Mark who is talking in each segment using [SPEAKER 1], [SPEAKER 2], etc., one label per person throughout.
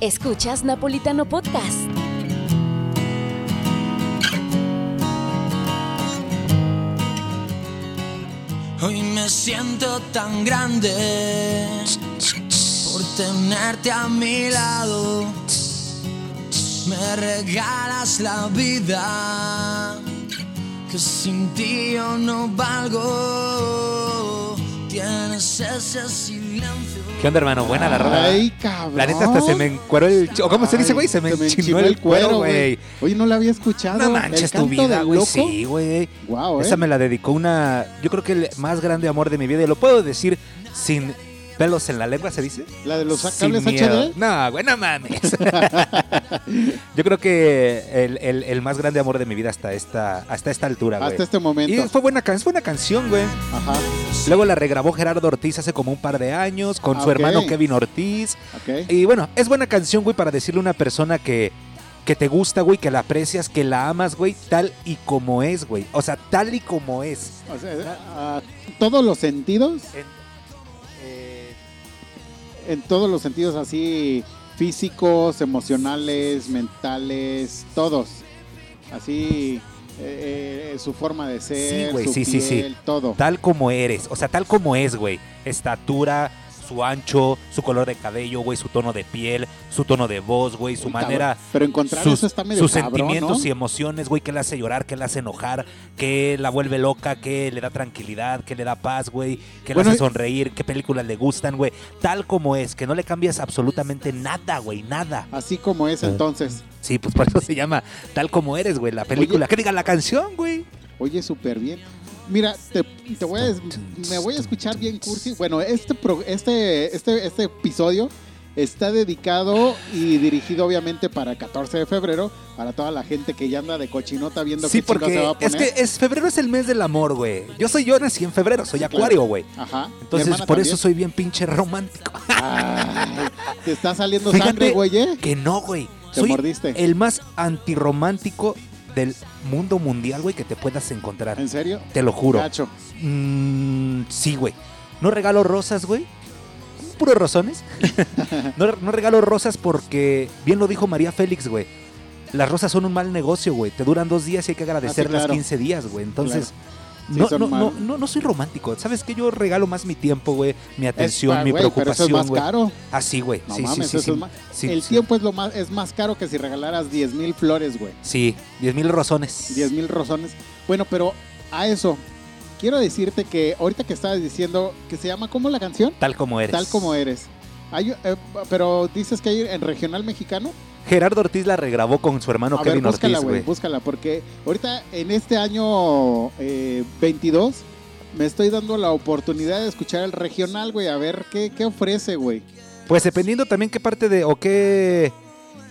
[SPEAKER 1] Escuchas Napolitano Podcast.
[SPEAKER 2] Hoy me siento tan grande por tenerte a mi lado. Me regalas la vida que sin ti yo no valgo. Tienes ese silencio.
[SPEAKER 3] ¿Qué onda, hermano? Buena la rola.
[SPEAKER 4] Ay, cabrón.
[SPEAKER 3] la neta hasta se me encueró el... ch- ¿O ¿Cómo se dice, güey? Se me
[SPEAKER 4] Ay,
[SPEAKER 3] enchinó el cuero, güey.
[SPEAKER 4] Oye, no la había escuchado.
[SPEAKER 3] No manches tu vida, güey. Sí, güey.
[SPEAKER 4] Wow,
[SPEAKER 3] Esa me la dedicó una... Yo creo que el más grande amor de mi vida. Y lo puedo decir sin pelos en la lengua, ¿se dice?
[SPEAKER 4] La de los
[SPEAKER 3] Sin
[SPEAKER 4] sacables
[SPEAKER 3] miedo.
[SPEAKER 4] HD.
[SPEAKER 3] No, güey, no mames. Yo creo que el, el- el más grande amor de mi vida hasta esta, hasta esta altura, güey.
[SPEAKER 4] Hasta este momento.
[SPEAKER 3] Y fue buena, can- fue buena canción, güey.
[SPEAKER 4] Ajá.
[SPEAKER 3] Luego la regrabó Gerardo Ortiz hace como un par de años con
[SPEAKER 4] Ah,
[SPEAKER 3] su
[SPEAKER 4] ok.
[SPEAKER 3] hermano Kevin Ortiz.
[SPEAKER 4] Ok.
[SPEAKER 3] Y bueno, es buena canción, güey, para decirle a una persona que, que te gusta, güey, que la aprecias, que la amas, güey, tal y como es, güey. O sea, tal y como es.
[SPEAKER 4] O sea, a- todos los sentidos,
[SPEAKER 3] En- eh,
[SPEAKER 4] en todos los sentidos así físicos, emocionales, mentales, todos. Así eh, eh, su forma de ser,
[SPEAKER 3] güey,
[SPEAKER 4] su
[SPEAKER 3] sí, sí,
[SPEAKER 4] piel,
[SPEAKER 3] sí.
[SPEAKER 4] todo.
[SPEAKER 3] tal como eres, o sea, tal como es, güey. Estatura, su ancho, su color de cabello, güey, su tono de piel, su tono de voz, güey, su
[SPEAKER 4] Uy, cabrón.
[SPEAKER 3] manera...
[SPEAKER 4] Pero encontrar
[SPEAKER 3] sus,
[SPEAKER 4] eso está medio
[SPEAKER 3] sus
[SPEAKER 4] cabrón,
[SPEAKER 3] sentimientos
[SPEAKER 4] ¿no?
[SPEAKER 3] y emociones, güey, que la hace llorar, que la hace enojar, que la vuelve loca, que le da tranquilidad, que le da paz, güey, que
[SPEAKER 4] Bueno,
[SPEAKER 3] la hace
[SPEAKER 4] y-
[SPEAKER 3] sonreír, qué películas le gustan, güey, tal como es, que no le cambias absolutamente nada, güey, nada.
[SPEAKER 4] Así como
[SPEAKER 3] Ah.
[SPEAKER 4] es entonces.
[SPEAKER 3] Sí, pues por eso se llama tal como eres, güey, la película. Que diga la canción, güey.
[SPEAKER 4] Oye, súper bien. Mira, te, te voy a des- me voy a escuchar bien cursi. Bueno, este, pro- este, este, este episodio está dedicado y dirigido obviamente para el 14 de febrero, para toda la gente que ya anda de cochinota viendo
[SPEAKER 3] Sí,
[SPEAKER 4] qué chingados se va
[SPEAKER 3] porque
[SPEAKER 4] a
[SPEAKER 3] es
[SPEAKER 4] poner.
[SPEAKER 3] que es febrero es el mes del amor, güey. Yo soy yo nací en febrero, soy
[SPEAKER 4] Sí, claro.
[SPEAKER 3] acuario, güey.
[SPEAKER 4] Ajá.
[SPEAKER 3] Entonces, por eso soy bien pinche romántico.
[SPEAKER 4] Ay, te está saliendo
[SPEAKER 3] Fíjate
[SPEAKER 4] sangre, güey, ¿eh?
[SPEAKER 3] Que no, güey.
[SPEAKER 4] Te
[SPEAKER 3] Soy
[SPEAKER 4] mordiste.
[SPEAKER 3] el más antirromántico del mundo mundial, güey, que te puedas encontrar.
[SPEAKER 4] ¿En serio?
[SPEAKER 3] Te lo juro.
[SPEAKER 4] Gacho.
[SPEAKER 3] Mm, sí, güey. No regalo rosas, güey. Puros rosones. no, no regalo rosas porque, bien lo dijo María Félix, güey. Las rosas son un mal negocio, güey. Te duran dos días y hay que agradecerlas
[SPEAKER 4] Ah, claro.
[SPEAKER 3] 15 días, güey. Entonces,
[SPEAKER 4] Sí,
[SPEAKER 3] no,
[SPEAKER 4] son
[SPEAKER 3] no,
[SPEAKER 4] mal.
[SPEAKER 3] no, no, no soy romántico. ¿Sabes qué? Yo regalo más mi tiempo, güey. Mi atención,
[SPEAKER 4] pa-
[SPEAKER 3] mi
[SPEAKER 4] güey, Pero eso es
[SPEAKER 3] preocupación,
[SPEAKER 4] más
[SPEAKER 3] güey.
[SPEAKER 4] caro.
[SPEAKER 3] Así, güey.
[SPEAKER 4] No
[SPEAKER 3] sí, sí,
[SPEAKER 4] mames,
[SPEAKER 3] sí,
[SPEAKER 4] eso
[SPEAKER 3] sí.
[SPEAKER 4] es más.
[SPEAKER 3] Sí,
[SPEAKER 4] el
[SPEAKER 3] sí.
[SPEAKER 4] tiempo es lo más es más caro que si regalaras 10 mil flores, güey.
[SPEAKER 3] Sí, 10 mil rosones.
[SPEAKER 4] 10 mil rozones. Bueno, pero a eso, quiero decirte que ahorita que estabas diciendo que se llama ¿cómo la canción?
[SPEAKER 3] Tal como eres.
[SPEAKER 4] Tal como eres. Hay, eh, pero dices que hay en regional mexicano.
[SPEAKER 3] Gerardo Ortiz la regrabó con su hermano
[SPEAKER 4] a ver,
[SPEAKER 3] Kevin
[SPEAKER 4] búscala,
[SPEAKER 3] Ortiz,
[SPEAKER 4] güey.
[SPEAKER 3] güey.
[SPEAKER 4] Búscala, porque ahorita en este año eh, 22 me estoy dando la oportunidad de escuchar el regional, güey. A ver qué, qué ofrece, güey.
[SPEAKER 3] Pues dependiendo también qué parte de o qué,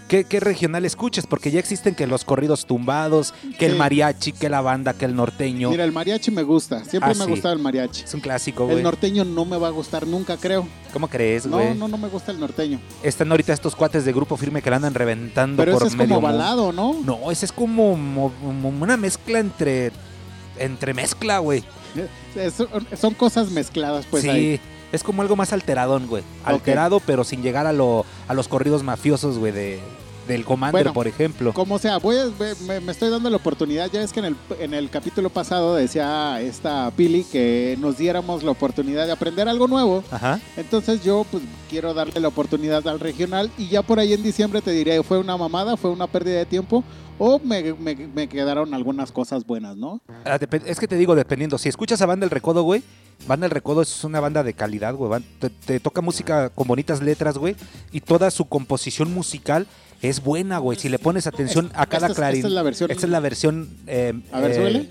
[SPEAKER 3] qué, qué regional escuches, porque ya existen que los corridos tumbados, que el
[SPEAKER 4] Sí.
[SPEAKER 3] mariachi, que la banda, que el norteño.
[SPEAKER 4] Mira, el mariachi me gusta. Siempre
[SPEAKER 3] Ah,
[SPEAKER 4] me ha
[SPEAKER 3] sí.
[SPEAKER 4] gustado el mariachi.
[SPEAKER 3] es un clásico,
[SPEAKER 4] El
[SPEAKER 3] güey.
[SPEAKER 4] norteño no me va a gustar nunca, creo.
[SPEAKER 3] ¿Cómo crees,
[SPEAKER 4] No,
[SPEAKER 3] güey?
[SPEAKER 4] no, no me gusta el norteño.
[SPEAKER 3] Están ahorita estos cuates de grupo firme que la andan reventando
[SPEAKER 4] Pero
[SPEAKER 3] por
[SPEAKER 4] ese es
[SPEAKER 3] medio
[SPEAKER 4] como
[SPEAKER 3] mundo.
[SPEAKER 4] balado, ¿no?
[SPEAKER 3] No, ese es como mo- mo- una mezcla entre entre mezcla, güey.
[SPEAKER 4] Es- son cosas mezcladas, pues
[SPEAKER 3] sí,
[SPEAKER 4] ahí.
[SPEAKER 3] es como algo más alteradón, güey. Alterado, pero sin llegar a, lo, a los corridos mafiosos, güey, de, del Commander,
[SPEAKER 4] Bueno,
[SPEAKER 3] por ejemplo.
[SPEAKER 4] Como sea, voy a- ve- me, me estoy dando la oportunidad. Ya es que en el, en el capítulo pasado decía esta Pili que nos diéramos la oportunidad de aprender algo nuevo.
[SPEAKER 3] Ajá.
[SPEAKER 4] Entonces yo pues quiero darle la oportunidad al regional y ya por ahí en diciembre te diré, ¿fue una mamada? ¿Fue una pérdida de tiempo? ¿O me, me- me quedaron algunas cosas buenas, no?
[SPEAKER 3] Ah, depe- Es que te digo, dependiendo. Si escuchas a Banda El Recodo, güey, Banda El Recodo es una banda de calidad, güey. Ban- Te, te toca música con bonitas letras, güey. Y toda su composición musical es buena, güey. Si le pones atención a cada
[SPEAKER 4] esta es-
[SPEAKER 3] clarín.
[SPEAKER 4] esta es la versión-
[SPEAKER 3] Esta es la versión. eh,
[SPEAKER 4] A ver,
[SPEAKER 3] eh,
[SPEAKER 4] suele.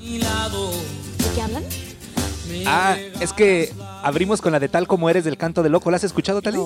[SPEAKER 2] mi lado.
[SPEAKER 1] ¿De qué hablan?
[SPEAKER 3] Ah, es que abrimos con la de Tal como eres del canto de loco. ¿La has escuchado, Tali?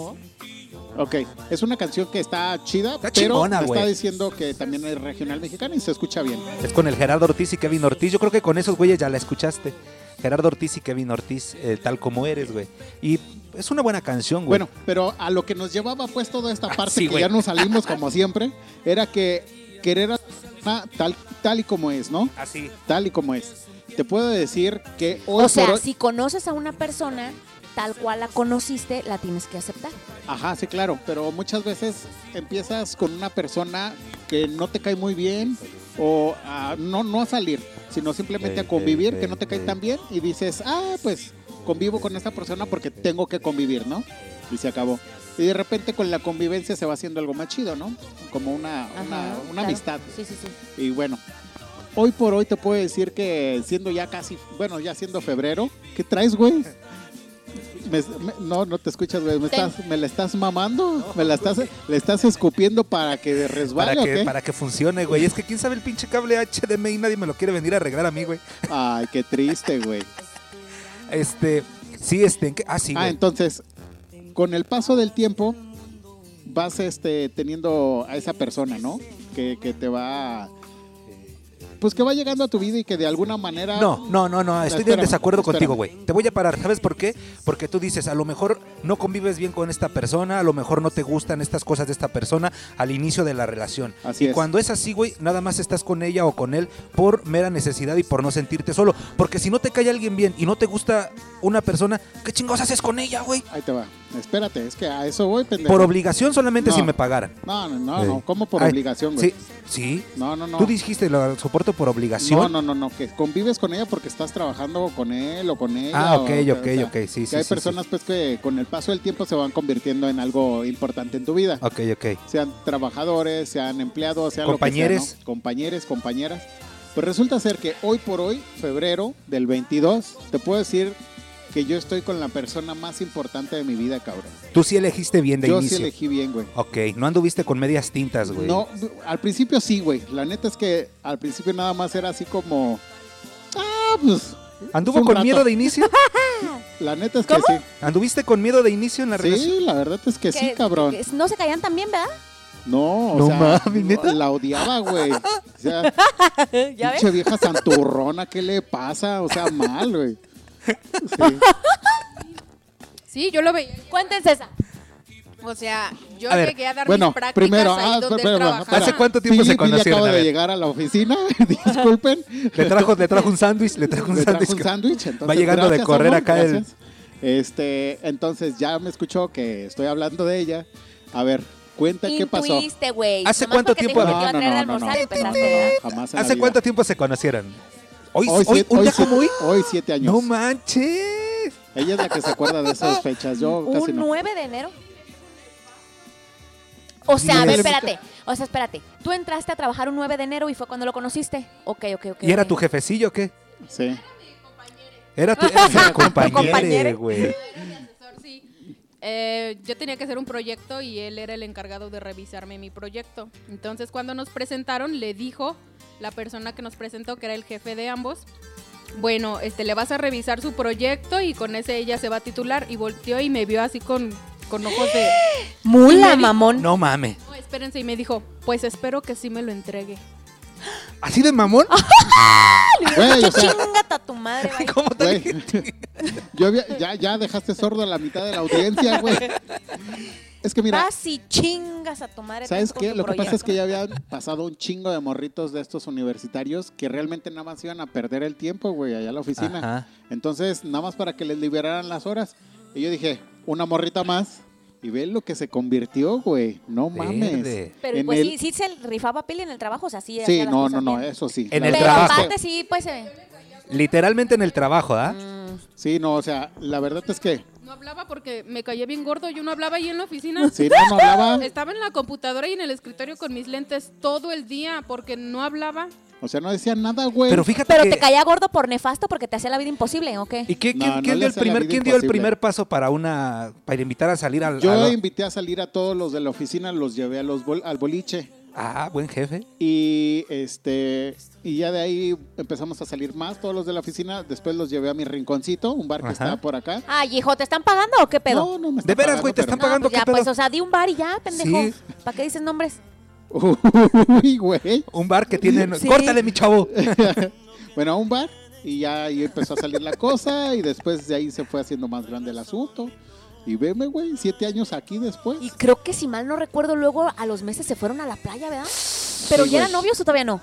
[SPEAKER 4] Ok, es una canción que está chida,
[SPEAKER 3] Está
[SPEAKER 4] pero
[SPEAKER 3] chingona,
[SPEAKER 4] me está
[SPEAKER 3] güey.
[SPEAKER 4] diciendo que también es regional mexicano y se escucha bien.
[SPEAKER 3] Es con el Gerardo Ortiz y Kevin Ortiz. Yo creo que con esos güeyes ya la escuchaste. Gerardo Ortiz y Kevin Ortiz, eh, tal como eres, güey. Y es una buena canción, güey. Ah,
[SPEAKER 4] Bueno, pero a lo que nos llevaba pues toda esta parte
[SPEAKER 3] sí,
[SPEAKER 4] que
[SPEAKER 3] güey.
[SPEAKER 4] ya nos salimos como siempre, era que querer a la persona tal, tal y como es, ¿no?
[SPEAKER 3] así.
[SPEAKER 4] Tal y como es. Te puedo decir que hoy
[SPEAKER 1] O
[SPEAKER 4] por
[SPEAKER 1] sea,
[SPEAKER 4] hoy-
[SPEAKER 1] si conoces a una persona tal cual la conociste, la tienes que aceptar.
[SPEAKER 4] Ajá, sí, claro, pero muchas veces empiezas con una persona que no te cae muy bien o a- no, no a salir, sino simplemente
[SPEAKER 3] Ey,
[SPEAKER 4] a convivir,
[SPEAKER 3] ey,
[SPEAKER 4] que no te
[SPEAKER 3] ey,
[SPEAKER 4] cae
[SPEAKER 3] ey.
[SPEAKER 4] tan bien y dices, ah, pues convivo con esta persona porque tengo que convivir, ¿no? Y se acabó. Y de repente con la convivencia se va haciendo algo más chido, ¿no? Como una,
[SPEAKER 5] Ajá,
[SPEAKER 4] una, una
[SPEAKER 5] claro.
[SPEAKER 4] amistad.
[SPEAKER 5] Sí, sí, sí.
[SPEAKER 4] Y bueno, hoy por hoy te puedo decir que siendo ya casi, bueno, ya siendo febrero, ¿qué traes, güey? Me- me- no, no te escuchas, güey. ¿Me,
[SPEAKER 5] Ten.
[SPEAKER 4] estás, me la estás mamando? ¿Me la estás, le estás escupiendo para que resbale
[SPEAKER 3] Para
[SPEAKER 4] o
[SPEAKER 3] que,
[SPEAKER 4] qué?
[SPEAKER 3] para que funcione, güey. Es que quién sabe el pinche cable HDMI, nadie me lo quiere venir a arreglar a mí, güey.
[SPEAKER 4] Ay, qué triste, güey.
[SPEAKER 3] Este, sí, este, ¿en qué? Ah, sí,
[SPEAKER 4] Ah,
[SPEAKER 3] güey.
[SPEAKER 4] entonces, con el paso del tiempo, vas este, teniendo a esa persona, ¿no? Que, que te va... Pues que va llegando a tu vida y que de alguna manera...
[SPEAKER 3] No, no, no, no, estoy en
[SPEAKER 4] Espérame,
[SPEAKER 3] desacuerdo
[SPEAKER 4] espérame.
[SPEAKER 3] contigo, güey. Te voy a parar, ¿sabes por qué? Porque tú dices, a lo mejor no convives bien con esta persona, a lo mejor no te gustan estas cosas de esta persona al inicio de la relación.
[SPEAKER 4] Así
[SPEAKER 3] y
[SPEAKER 4] es.
[SPEAKER 3] cuando es así, güey, nada más estás con ella o con él por mera necesidad y por no sentirte solo. Porque si no te cae alguien bien y no te gusta una persona, ¿qué chingados haces con ella, güey?
[SPEAKER 4] Ahí te va. Espérate, es que a eso voy, pendejo.
[SPEAKER 3] Por obligación solamente
[SPEAKER 4] No.
[SPEAKER 3] si me pagaran.
[SPEAKER 4] No, no, no,
[SPEAKER 3] Ey.
[SPEAKER 4] no, como por
[SPEAKER 3] Ay,
[SPEAKER 4] obligación, güey.
[SPEAKER 3] Sí, sí.
[SPEAKER 4] No, no, no.
[SPEAKER 3] Tú dijiste lo soporto por obligación.
[SPEAKER 4] No, no, no, no, que convives con ella porque estás trabajando con él o con ella.
[SPEAKER 3] Ah,
[SPEAKER 4] o-
[SPEAKER 3] ok, ok,
[SPEAKER 4] o sea,
[SPEAKER 3] ok, sí,
[SPEAKER 4] que
[SPEAKER 3] sí,
[SPEAKER 4] hay
[SPEAKER 3] sí,
[SPEAKER 4] personas pues que con el paso del tiempo se van convirtiendo en algo importante en tu vida.
[SPEAKER 3] Ok, ok.
[SPEAKER 4] Sean trabajadores, sean empleados, sean
[SPEAKER 3] Compañeres.
[SPEAKER 4] Lo que sea, ¿no? Compañeros, compañeras. Pues resulta ser que hoy por hoy, febrero del 22, te puedo decir que yo estoy con la persona más importante de mi vida, cabrón.
[SPEAKER 3] Tú sí elegiste bien de
[SPEAKER 4] yo
[SPEAKER 3] inicio.
[SPEAKER 4] sí elegí bien, güey.
[SPEAKER 3] Ok, no anduviste con medias tintas, güey.
[SPEAKER 4] No, al principio sí, güey. La neta es que al principio nada más era así como. Ah, pues.
[SPEAKER 3] ¿Anduvo
[SPEAKER 4] Fue un
[SPEAKER 3] con
[SPEAKER 4] rato.
[SPEAKER 3] miedo de inicio?
[SPEAKER 4] La neta es que sí.
[SPEAKER 3] ¿Anduviste con miedo de inicio en la relación?
[SPEAKER 4] Sí, la verdad es que sí,
[SPEAKER 5] Que-
[SPEAKER 4] cabrón.
[SPEAKER 5] que no se caían tan bien, ¿verdad?
[SPEAKER 4] No, o
[SPEAKER 3] No
[SPEAKER 4] sea,
[SPEAKER 3] mames, ¿neta?
[SPEAKER 4] la odiaba, güey. O sea,
[SPEAKER 6] ¿Eh?
[SPEAKER 5] ¿Ya ves?
[SPEAKER 4] pinche vieja santurrona, ¿qué le pasa? O sea, mal, güey. Sí.
[SPEAKER 6] Sí, yo lo veía.
[SPEAKER 5] Cuéntense esa.
[SPEAKER 6] O sea, yo
[SPEAKER 3] A ver,
[SPEAKER 6] llegué a dar
[SPEAKER 4] bueno,
[SPEAKER 6] mis prácticas
[SPEAKER 4] primero,
[SPEAKER 6] ahí
[SPEAKER 4] ah,
[SPEAKER 6] donde
[SPEAKER 4] espera,
[SPEAKER 6] trabajaba.
[SPEAKER 4] espera.
[SPEAKER 3] ¿Hace cuánto tiempo
[SPEAKER 4] Pili
[SPEAKER 3] se
[SPEAKER 4] Pili
[SPEAKER 3] conocieron?
[SPEAKER 4] acaba
[SPEAKER 3] A
[SPEAKER 4] de
[SPEAKER 3] ver.
[SPEAKER 4] llegar a la oficina, disculpen.
[SPEAKER 3] Le trajo, le trajo un sándwich, le trajo un
[SPEAKER 4] Me trajo
[SPEAKER 3] sándwich.
[SPEAKER 4] un sándwich. entonces,
[SPEAKER 3] Va llegando de
[SPEAKER 4] gracias,
[SPEAKER 3] correr
[SPEAKER 4] amor,
[SPEAKER 3] acá el-
[SPEAKER 4] gracias. Este, entonces ya me escuchó que estoy hablando de ella. A ver, cuenta qué pasó.
[SPEAKER 5] Intuiste, güey.
[SPEAKER 3] ¿Hace
[SPEAKER 5] Nomás
[SPEAKER 3] cuánto
[SPEAKER 5] porque te
[SPEAKER 3] tiempo?
[SPEAKER 5] dije que
[SPEAKER 4] No,
[SPEAKER 5] iba a
[SPEAKER 4] no,
[SPEAKER 5] traer
[SPEAKER 4] no,
[SPEAKER 5] a
[SPEAKER 4] no,
[SPEAKER 5] almorzar,
[SPEAKER 4] no.
[SPEAKER 5] empezaste,
[SPEAKER 4] No,
[SPEAKER 5] ¿verdad?
[SPEAKER 4] jamás en la
[SPEAKER 3] ¿Hace
[SPEAKER 4] vida.
[SPEAKER 3] cuánto tiempo se conocieron? Hoy,
[SPEAKER 4] Hoy,
[SPEAKER 3] hoy-
[SPEAKER 4] siete-
[SPEAKER 3] un
[SPEAKER 4] hoy
[SPEAKER 3] día
[SPEAKER 4] siete-
[SPEAKER 3] como hoy.
[SPEAKER 4] Hoy siete años.
[SPEAKER 3] No manches.
[SPEAKER 4] Ella es la que se acuerda de esas fechas. Yo casi
[SPEAKER 5] Un
[SPEAKER 4] no.
[SPEAKER 5] 9 de enero. O sea, a
[SPEAKER 4] Nueve.
[SPEAKER 5] ver, espérate. O sea, espérate. Tú entraste a trabajar un 9 de enero y fue cuando lo conociste. Ok, ok, ok.
[SPEAKER 3] ¿Y era
[SPEAKER 5] ok.
[SPEAKER 3] tu jefecillo o qué?
[SPEAKER 4] Sí.
[SPEAKER 3] Era tu era tu compañero,
[SPEAKER 5] compañero.
[SPEAKER 3] güey.
[SPEAKER 6] asesor, sí. Eh, yo tenía que hacer un proyecto y él era el encargado de revisarme mi proyecto. Entonces, cuando nos presentaron, le dijo la persona que nos presentó, que era el jefe de ambos, bueno, este, le vas a revisar su proyecto y con ese ella se va a titular. Y volteó y me vio así con, con ojos de...
[SPEAKER 5] Mula, mamón.
[SPEAKER 3] No mames.
[SPEAKER 6] No, espérense. Y me dijo, pues espero que sí me lo entregue.
[SPEAKER 3] ¿Así de mamón?
[SPEAKER 5] Ah.
[SPEAKER 4] Güey, o sea,
[SPEAKER 5] Chingate a tu madre, güey.
[SPEAKER 3] ¿Cómo tal?
[SPEAKER 4] güey. Yo había- ya, ya dejaste sordo a la mitad de la audiencia, güey. Es que mira,
[SPEAKER 5] Vas y chingas a tu madre.
[SPEAKER 4] ¿sabes
[SPEAKER 5] con
[SPEAKER 4] qué?
[SPEAKER 5] tu
[SPEAKER 4] Lo que pasa
[SPEAKER 5] proyecto.
[SPEAKER 4] es que ya habían pasado un chingo de morritos de estos universitarios que realmente nada más iban a perder el tiempo, güey, allá a la oficina.
[SPEAKER 3] Ajá.
[SPEAKER 4] Entonces, nada más para que les liberaran las horas. Y yo dije, una morrita más. Y ve lo que se convirtió, güey. No mames.
[SPEAKER 3] Verde.
[SPEAKER 5] Pero
[SPEAKER 4] en
[SPEAKER 5] pues
[SPEAKER 4] el-
[SPEAKER 5] sí, sí se rifaba peli en el trabajo, o sea, sí. hacía
[SPEAKER 4] Sí,
[SPEAKER 5] las
[SPEAKER 4] no, no,
[SPEAKER 5] cosas
[SPEAKER 4] no, eh,
[SPEAKER 5] bien.
[SPEAKER 4] eso sí.
[SPEAKER 3] En
[SPEAKER 4] La
[SPEAKER 5] Pero
[SPEAKER 3] el
[SPEAKER 4] verdad es
[SPEAKER 3] trabajo.
[SPEAKER 4] que-
[SPEAKER 5] aparte sí, pues... eh,
[SPEAKER 3] Literalmente en el trabajo, ¿ah?
[SPEAKER 4] Mm, Sí, no, o sea, la verdad es que
[SPEAKER 6] No hablaba porque me caía bien gordo. Yo no hablaba ahí en la oficina.
[SPEAKER 4] si no, no hablaba,
[SPEAKER 6] Estaba en la computadora y en el escritorio con mis lentes todo el día porque no hablaba.
[SPEAKER 4] o sea, no decía nada, güey.
[SPEAKER 3] Pero fíjate
[SPEAKER 5] Pero
[SPEAKER 3] que...
[SPEAKER 5] te caía gordo por nefasto porque te hacía la vida imposible, ¿o qué?
[SPEAKER 3] ¿Y qué,
[SPEAKER 4] No,
[SPEAKER 3] quién,
[SPEAKER 4] no
[SPEAKER 3] quién
[SPEAKER 4] le
[SPEAKER 3] dio el
[SPEAKER 4] hace la
[SPEAKER 3] primer,
[SPEAKER 4] vida
[SPEAKER 3] quién dio el
[SPEAKER 4] imposible.
[SPEAKER 3] primer paso para una para invitar a salir al,
[SPEAKER 4] Yo
[SPEAKER 3] al-
[SPEAKER 4] invité a salir a todos los de la oficina, los llevé a los bol- al boliche.
[SPEAKER 3] Ah, buen jefe.
[SPEAKER 4] Y este y ya de ahí empezamos a salir más todos los de la oficina. Después los llevé a mi rinconcito, un bar que
[SPEAKER 3] Ajá.
[SPEAKER 4] está por acá.
[SPEAKER 5] Ay, hijo, ¿te están pagando o qué pedo?
[SPEAKER 4] No, no me está
[SPEAKER 3] De veras,
[SPEAKER 4] pagando,
[SPEAKER 3] güey, te
[SPEAKER 4] pero-
[SPEAKER 3] están pagando
[SPEAKER 5] pues ya,
[SPEAKER 3] qué pedo?
[SPEAKER 5] pues, o sea, di un bar y ya, pendejo.
[SPEAKER 3] Sí.
[SPEAKER 5] ¿Para qué dices nombres?
[SPEAKER 4] Uy, güey.
[SPEAKER 3] Un bar que tiene.
[SPEAKER 5] Sí.
[SPEAKER 3] Córtale, mi chavo.
[SPEAKER 4] Bueno, a un bar y ya ahí empezó a salir la cosa y después de ahí se fue haciendo más grande el asunto. Y veme, güey, siete años aquí después.
[SPEAKER 5] Y creo que si mal no recuerdo, luego a los meses se fueron a la playa, ¿verdad? Pero
[SPEAKER 4] Sí,
[SPEAKER 5] ya eran
[SPEAKER 4] güey.
[SPEAKER 5] novios o todavía no.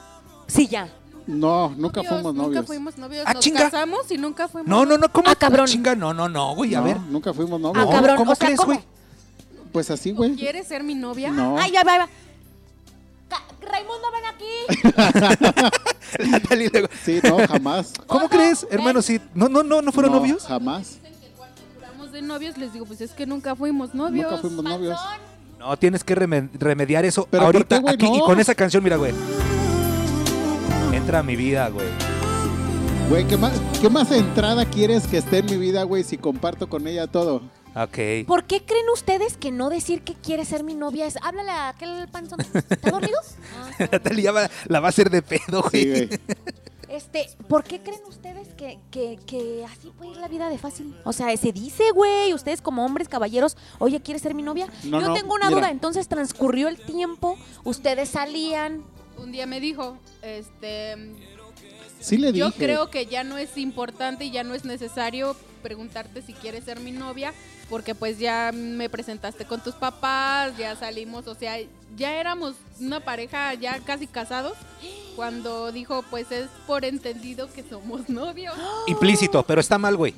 [SPEAKER 5] Sí, ya.
[SPEAKER 4] No, nunca fuimos novios.
[SPEAKER 6] Nunca fuimos novios.
[SPEAKER 3] Ah,
[SPEAKER 6] Nos
[SPEAKER 3] chinga.
[SPEAKER 6] casamos y nunca fuimos
[SPEAKER 3] No, no, no, ¿cómo?
[SPEAKER 5] Ah, cabrón.
[SPEAKER 3] Chinga, no, no, no, güey, a
[SPEAKER 4] No,
[SPEAKER 3] ver.
[SPEAKER 4] Nunca fuimos
[SPEAKER 5] Ah,
[SPEAKER 4] novios.
[SPEAKER 3] No,
[SPEAKER 5] cabrón,
[SPEAKER 3] ¿Cómo
[SPEAKER 5] o sea,
[SPEAKER 3] crees,
[SPEAKER 5] ¿cómo?
[SPEAKER 3] güey?
[SPEAKER 4] Pues así,
[SPEAKER 6] ¿O
[SPEAKER 4] güey.
[SPEAKER 6] ¿Quieres ser mi novia?
[SPEAKER 4] No.
[SPEAKER 5] Ay, ya va, va. Ca- Raimundo, ven aquí.
[SPEAKER 3] Natalie luego,
[SPEAKER 4] Sí, no, jamás.
[SPEAKER 3] ¿Cómo crees, hermano? Sí, no, no, no, Ah, no fueron
[SPEAKER 4] No,
[SPEAKER 3] novios.
[SPEAKER 4] Jamás.
[SPEAKER 6] Hablamos de novios, les digo, pues es que nunca fuimos novios.
[SPEAKER 4] Nunca fuimos novios.
[SPEAKER 5] Panzón.
[SPEAKER 3] No, tienes que reme- remediar eso
[SPEAKER 4] ¿Pero por
[SPEAKER 3] ahorita
[SPEAKER 4] qué, güey?
[SPEAKER 3] aquí y
[SPEAKER 4] No.
[SPEAKER 3] con esa canción, mira, güey. Entra a mi vida, güey.
[SPEAKER 4] Güey, ¿qué más, ¿qué más entrada quieres que esté en mi vida, güey, si comparto con ella todo?
[SPEAKER 3] Ok.
[SPEAKER 5] ¿Por qué creen ustedes que no decir que quiere ser mi novia es. Háblale a aquel panzón. ¿Está dormido? Ah,
[SPEAKER 3] Natalia va- la va a hacer de pedo,
[SPEAKER 4] Sí,
[SPEAKER 3] güey.
[SPEAKER 4] güey.
[SPEAKER 5] Este, ¿por qué creen ustedes que, que, que así puede ir la vida de fácil? O sea, se dice, güey, ustedes como hombres, caballeros, oye, ¿quieres ser mi novia?
[SPEAKER 4] No,
[SPEAKER 5] Yo
[SPEAKER 4] no,
[SPEAKER 5] tengo una
[SPEAKER 4] mira.
[SPEAKER 5] duda, entonces transcurrió el tiempo, ustedes salían.
[SPEAKER 6] Un día me dijo, este,
[SPEAKER 4] Sí le dije.
[SPEAKER 6] yo creo que ya no es importante y ya no es necesario preguntarte si quieres ser mi novia, porque pues ya me presentaste con tus papás, ya salimos, o sea, ya éramos una pareja ya casi casados, cuando dijo, pues es por entendido que somos novios.
[SPEAKER 3] Implícito, pero está mal, güey.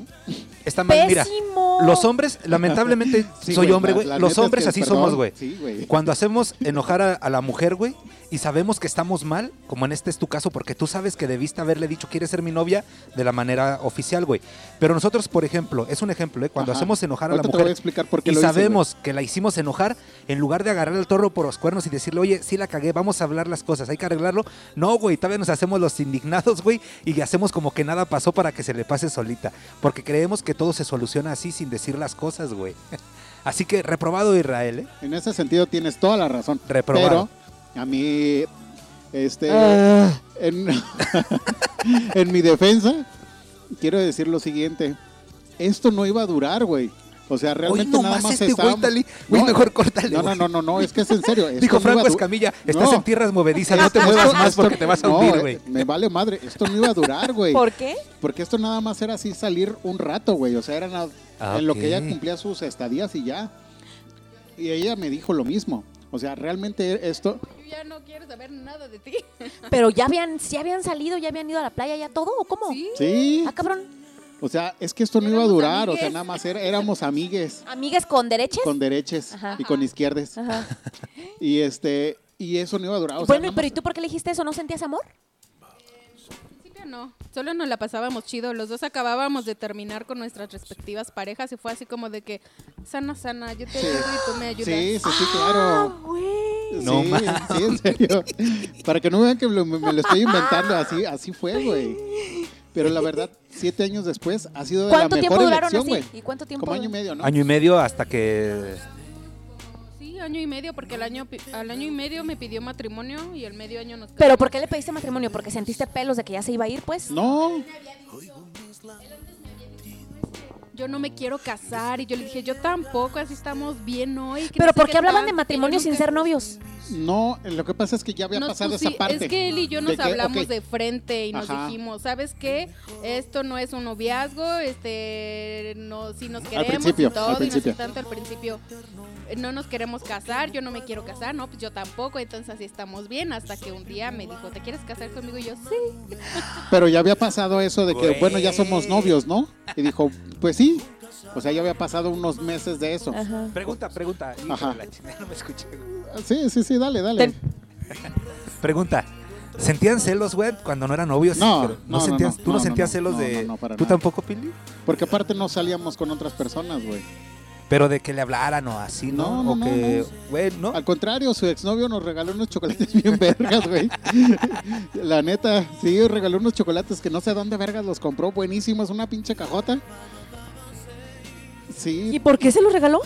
[SPEAKER 3] Está mal, mira.
[SPEAKER 5] ¡Pésimo!
[SPEAKER 3] Los hombres, lamentablemente,
[SPEAKER 4] Sí,
[SPEAKER 3] soy hombre,
[SPEAKER 4] la-
[SPEAKER 3] güey.
[SPEAKER 4] la
[SPEAKER 3] Los
[SPEAKER 4] neta es
[SPEAKER 3] hombres
[SPEAKER 4] que,
[SPEAKER 3] así
[SPEAKER 4] perdón,
[SPEAKER 3] somos, güey.
[SPEAKER 4] Sí, güey.
[SPEAKER 3] Cuando hacemos enojar a, a la mujer, güey, y sabemos que estamos mal, como en este es tu caso, porque tú sabes que debiste haberle dicho quieres ser mi novia de la manera oficial, güey. Pero nosotros, por ejemplo, es un ejemplo, ¿eh? cuando
[SPEAKER 4] Ajá.
[SPEAKER 3] hacemos enojar a la
[SPEAKER 4] Ahorita te voy a
[SPEAKER 3] mujer
[SPEAKER 4] explicar por qué
[SPEAKER 3] y
[SPEAKER 4] lo hice, güey.
[SPEAKER 3] sabemos que la hicimos enojar, en lugar de agarrar el toro por los cuernos y decirle, oye, sí la cagué, vamos a hablar las cosas, hay que arreglarlo. No, güey, todavía nos hacemos los indignados, güey, y hacemos como que nada pasó para que se le pase solita. Porque creemos que todo se soluciona así sin decir las cosas, güey. Así que reprobado Israel, ¿eh?
[SPEAKER 4] En ese sentido tienes toda la razón.
[SPEAKER 3] Reprobado.
[SPEAKER 4] Pero a mí, este,
[SPEAKER 3] Ah.
[SPEAKER 4] en, en mi defensa, quiero decir lo siguiente. Esto no iba a durar, güey. O sea, realmente
[SPEAKER 3] Hoy no
[SPEAKER 4] nada
[SPEAKER 3] más
[SPEAKER 4] más
[SPEAKER 3] este
[SPEAKER 4] estábamos-
[SPEAKER 3] güey, Tali. Güey,
[SPEAKER 4] No,
[SPEAKER 3] mejor córtale.
[SPEAKER 4] No, no,
[SPEAKER 3] güey.
[SPEAKER 4] no, no, no, es que es en serio. esto
[SPEAKER 3] Dijo
[SPEAKER 4] no iba
[SPEAKER 3] Franco
[SPEAKER 4] a du-
[SPEAKER 3] Escamilla, estás
[SPEAKER 4] No.
[SPEAKER 3] en tierras movedizas, no te
[SPEAKER 4] Esto-
[SPEAKER 3] muevas más
[SPEAKER 4] esto-
[SPEAKER 3] porque te vas a
[SPEAKER 4] no,
[SPEAKER 3] hundir,
[SPEAKER 4] eh,
[SPEAKER 3] güey.
[SPEAKER 4] Me vale madre, esto no iba a durar, güey.
[SPEAKER 5] ¿Por qué?
[SPEAKER 4] Porque esto nada más era así salir un rato, güey. O sea, era nada-
[SPEAKER 3] Ah,
[SPEAKER 4] en lo
[SPEAKER 3] ok.
[SPEAKER 4] que ella cumplía sus estadías y ya. Y ella me dijo lo mismo. O sea, realmente esto.
[SPEAKER 6] Yo ya no quiero saber nada de ti.
[SPEAKER 5] Pero ya habían, si habían salido, ya habían ido a la playa, ya todo, ¿o cómo?
[SPEAKER 6] Sí.
[SPEAKER 4] Sí.
[SPEAKER 5] Ah, cabrón.
[SPEAKER 4] O sea, es que esto no iba a
[SPEAKER 6] Éramos
[SPEAKER 4] durar. O
[SPEAKER 6] amigues.
[SPEAKER 4] sea, nada más era- éramos amigues
[SPEAKER 5] ¿Amigas con derechas?
[SPEAKER 4] con derechas
[SPEAKER 5] Ajá.
[SPEAKER 4] y con izquierdas.
[SPEAKER 5] Ajá.
[SPEAKER 4] Y este. Y eso no iba a durar. O sea,
[SPEAKER 5] bueno,
[SPEAKER 4] nada
[SPEAKER 5] pero
[SPEAKER 4] más-
[SPEAKER 5] ¿y tú por qué le dijiste eso? ¿No sentías amor?
[SPEAKER 6] principio no, solo nos la pasábamos chido, los dos acabábamos de terminar con nuestras respectivas parejas y fue así como de que, sana, sana, yo te ayudo y tú me ayudas.
[SPEAKER 4] Sí, sí, sí, claro.
[SPEAKER 5] Ah, güey.
[SPEAKER 3] No
[SPEAKER 4] sí,
[SPEAKER 3] mames.
[SPEAKER 4] sí, en serio. Para que no vean que lo- me, me lo estoy inventando, así, así fue, güey. Pero la verdad, siete años después ha sido de la
[SPEAKER 5] ¿Cuánto
[SPEAKER 4] mejor
[SPEAKER 5] tiempo duraron
[SPEAKER 4] elección,
[SPEAKER 5] así?
[SPEAKER 4] güey.
[SPEAKER 5] ¿Y cuánto tiempo?
[SPEAKER 4] Como año y
[SPEAKER 5] duró?
[SPEAKER 4] medio, ¿no?
[SPEAKER 3] Año y medio hasta que...
[SPEAKER 6] Sí, año y medio, porque el año, pi- al año y medio me pidió matrimonio y el medio año nos
[SPEAKER 5] ¿Pero por qué le pediste matrimonio? ¿Porque sentiste pelos de que ya se iba a ir, pues?
[SPEAKER 4] No,
[SPEAKER 6] Yo no me quiero casar y yo le dije, yo tampoco, así estamos bien hoy. que
[SPEAKER 5] ¿Pero
[SPEAKER 6] no sé
[SPEAKER 5] por qué hablaban de
[SPEAKER 6] tanto,
[SPEAKER 5] matrimonio
[SPEAKER 6] que yo
[SPEAKER 5] sin
[SPEAKER 6] nunca-
[SPEAKER 5] ser novios?
[SPEAKER 4] no, lo que pasa es que ya había
[SPEAKER 5] pues
[SPEAKER 6] Nos
[SPEAKER 4] pasado
[SPEAKER 6] pusi-
[SPEAKER 4] esa parte.
[SPEAKER 6] Es que él y yo
[SPEAKER 4] De
[SPEAKER 6] nos
[SPEAKER 4] que,
[SPEAKER 6] hablamos
[SPEAKER 4] ok,
[SPEAKER 6] de frente y nos
[SPEAKER 4] Ajá.
[SPEAKER 6] dijimos, ¿sabes qué? Esto no es un noviazgo, este, no, si nos queremos
[SPEAKER 4] principio,
[SPEAKER 6] y todo,
[SPEAKER 4] al
[SPEAKER 6] y no sé
[SPEAKER 4] principio.
[SPEAKER 6] tanto al principio. eh, No nos queremos casar, yo no me quiero casar, no, pues yo tampoco, entonces así estamos bien, hasta que un día me dijo, ¿te quieres casar conmigo? Y yo, sí.
[SPEAKER 4] Pero ya había pasado eso de que,
[SPEAKER 3] Güey.
[SPEAKER 4] bueno, ya somos novios, ¿no? Y dijo, pues sí. O sea, ya había pasado unos meses de eso.
[SPEAKER 5] Ajá.
[SPEAKER 3] Pregunta, pregunta. Híjole,
[SPEAKER 4] Ajá.
[SPEAKER 3] la chingada, no me escuché, güey.
[SPEAKER 4] Sí, sí, sí, dale, dale.
[SPEAKER 5] Ten-
[SPEAKER 3] Pregunta. ¿Sentían celos, güey, cuando no eran novios?
[SPEAKER 4] No,
[SPEAKER 3] Pero
[SPEAKER 4] no, no,
[SPEAKER 3] sentías,
[SPEAKER 4] no,
[SPEAKER 3] ¿Tú no,
[SPEAKER 4] no,
[SPEAKER 3] sentías
[SPEAKER 4] no,
[SPEAKER 3] celos
[SPEAKER 4] no,
[SPEAKER 3] de...?
[SPEAKER 4] no, no, para
[SPEAKER 3] ¿Tú
[SPEAKER 4] nada.
[SPEAKER 3] tampoco, Pili?
[SPEAKER 4] Porque aparte no salíamos con otras personas, güey.
[SPEAKER 3] Pero de que le hablaran o así, ¿no?
[SPEAKER 4] No, no,
[SPEAKER 3] o
[SPEAKER 4] no,
[SPEAKER 3] que, güey, ¿no?
[SPEAKER 4] Al contrario, su exnovio nos regaló unos chocolates bien vergas, güey. La neta, sí, regaló unos chocolates que no sé dónde vergas los compró, buenísimos, una pinche cajota.
[SPEAKER 5] ¿Y
[SPEAKER 4] Sí,
[SPEAKER 5] por qué se los regaló?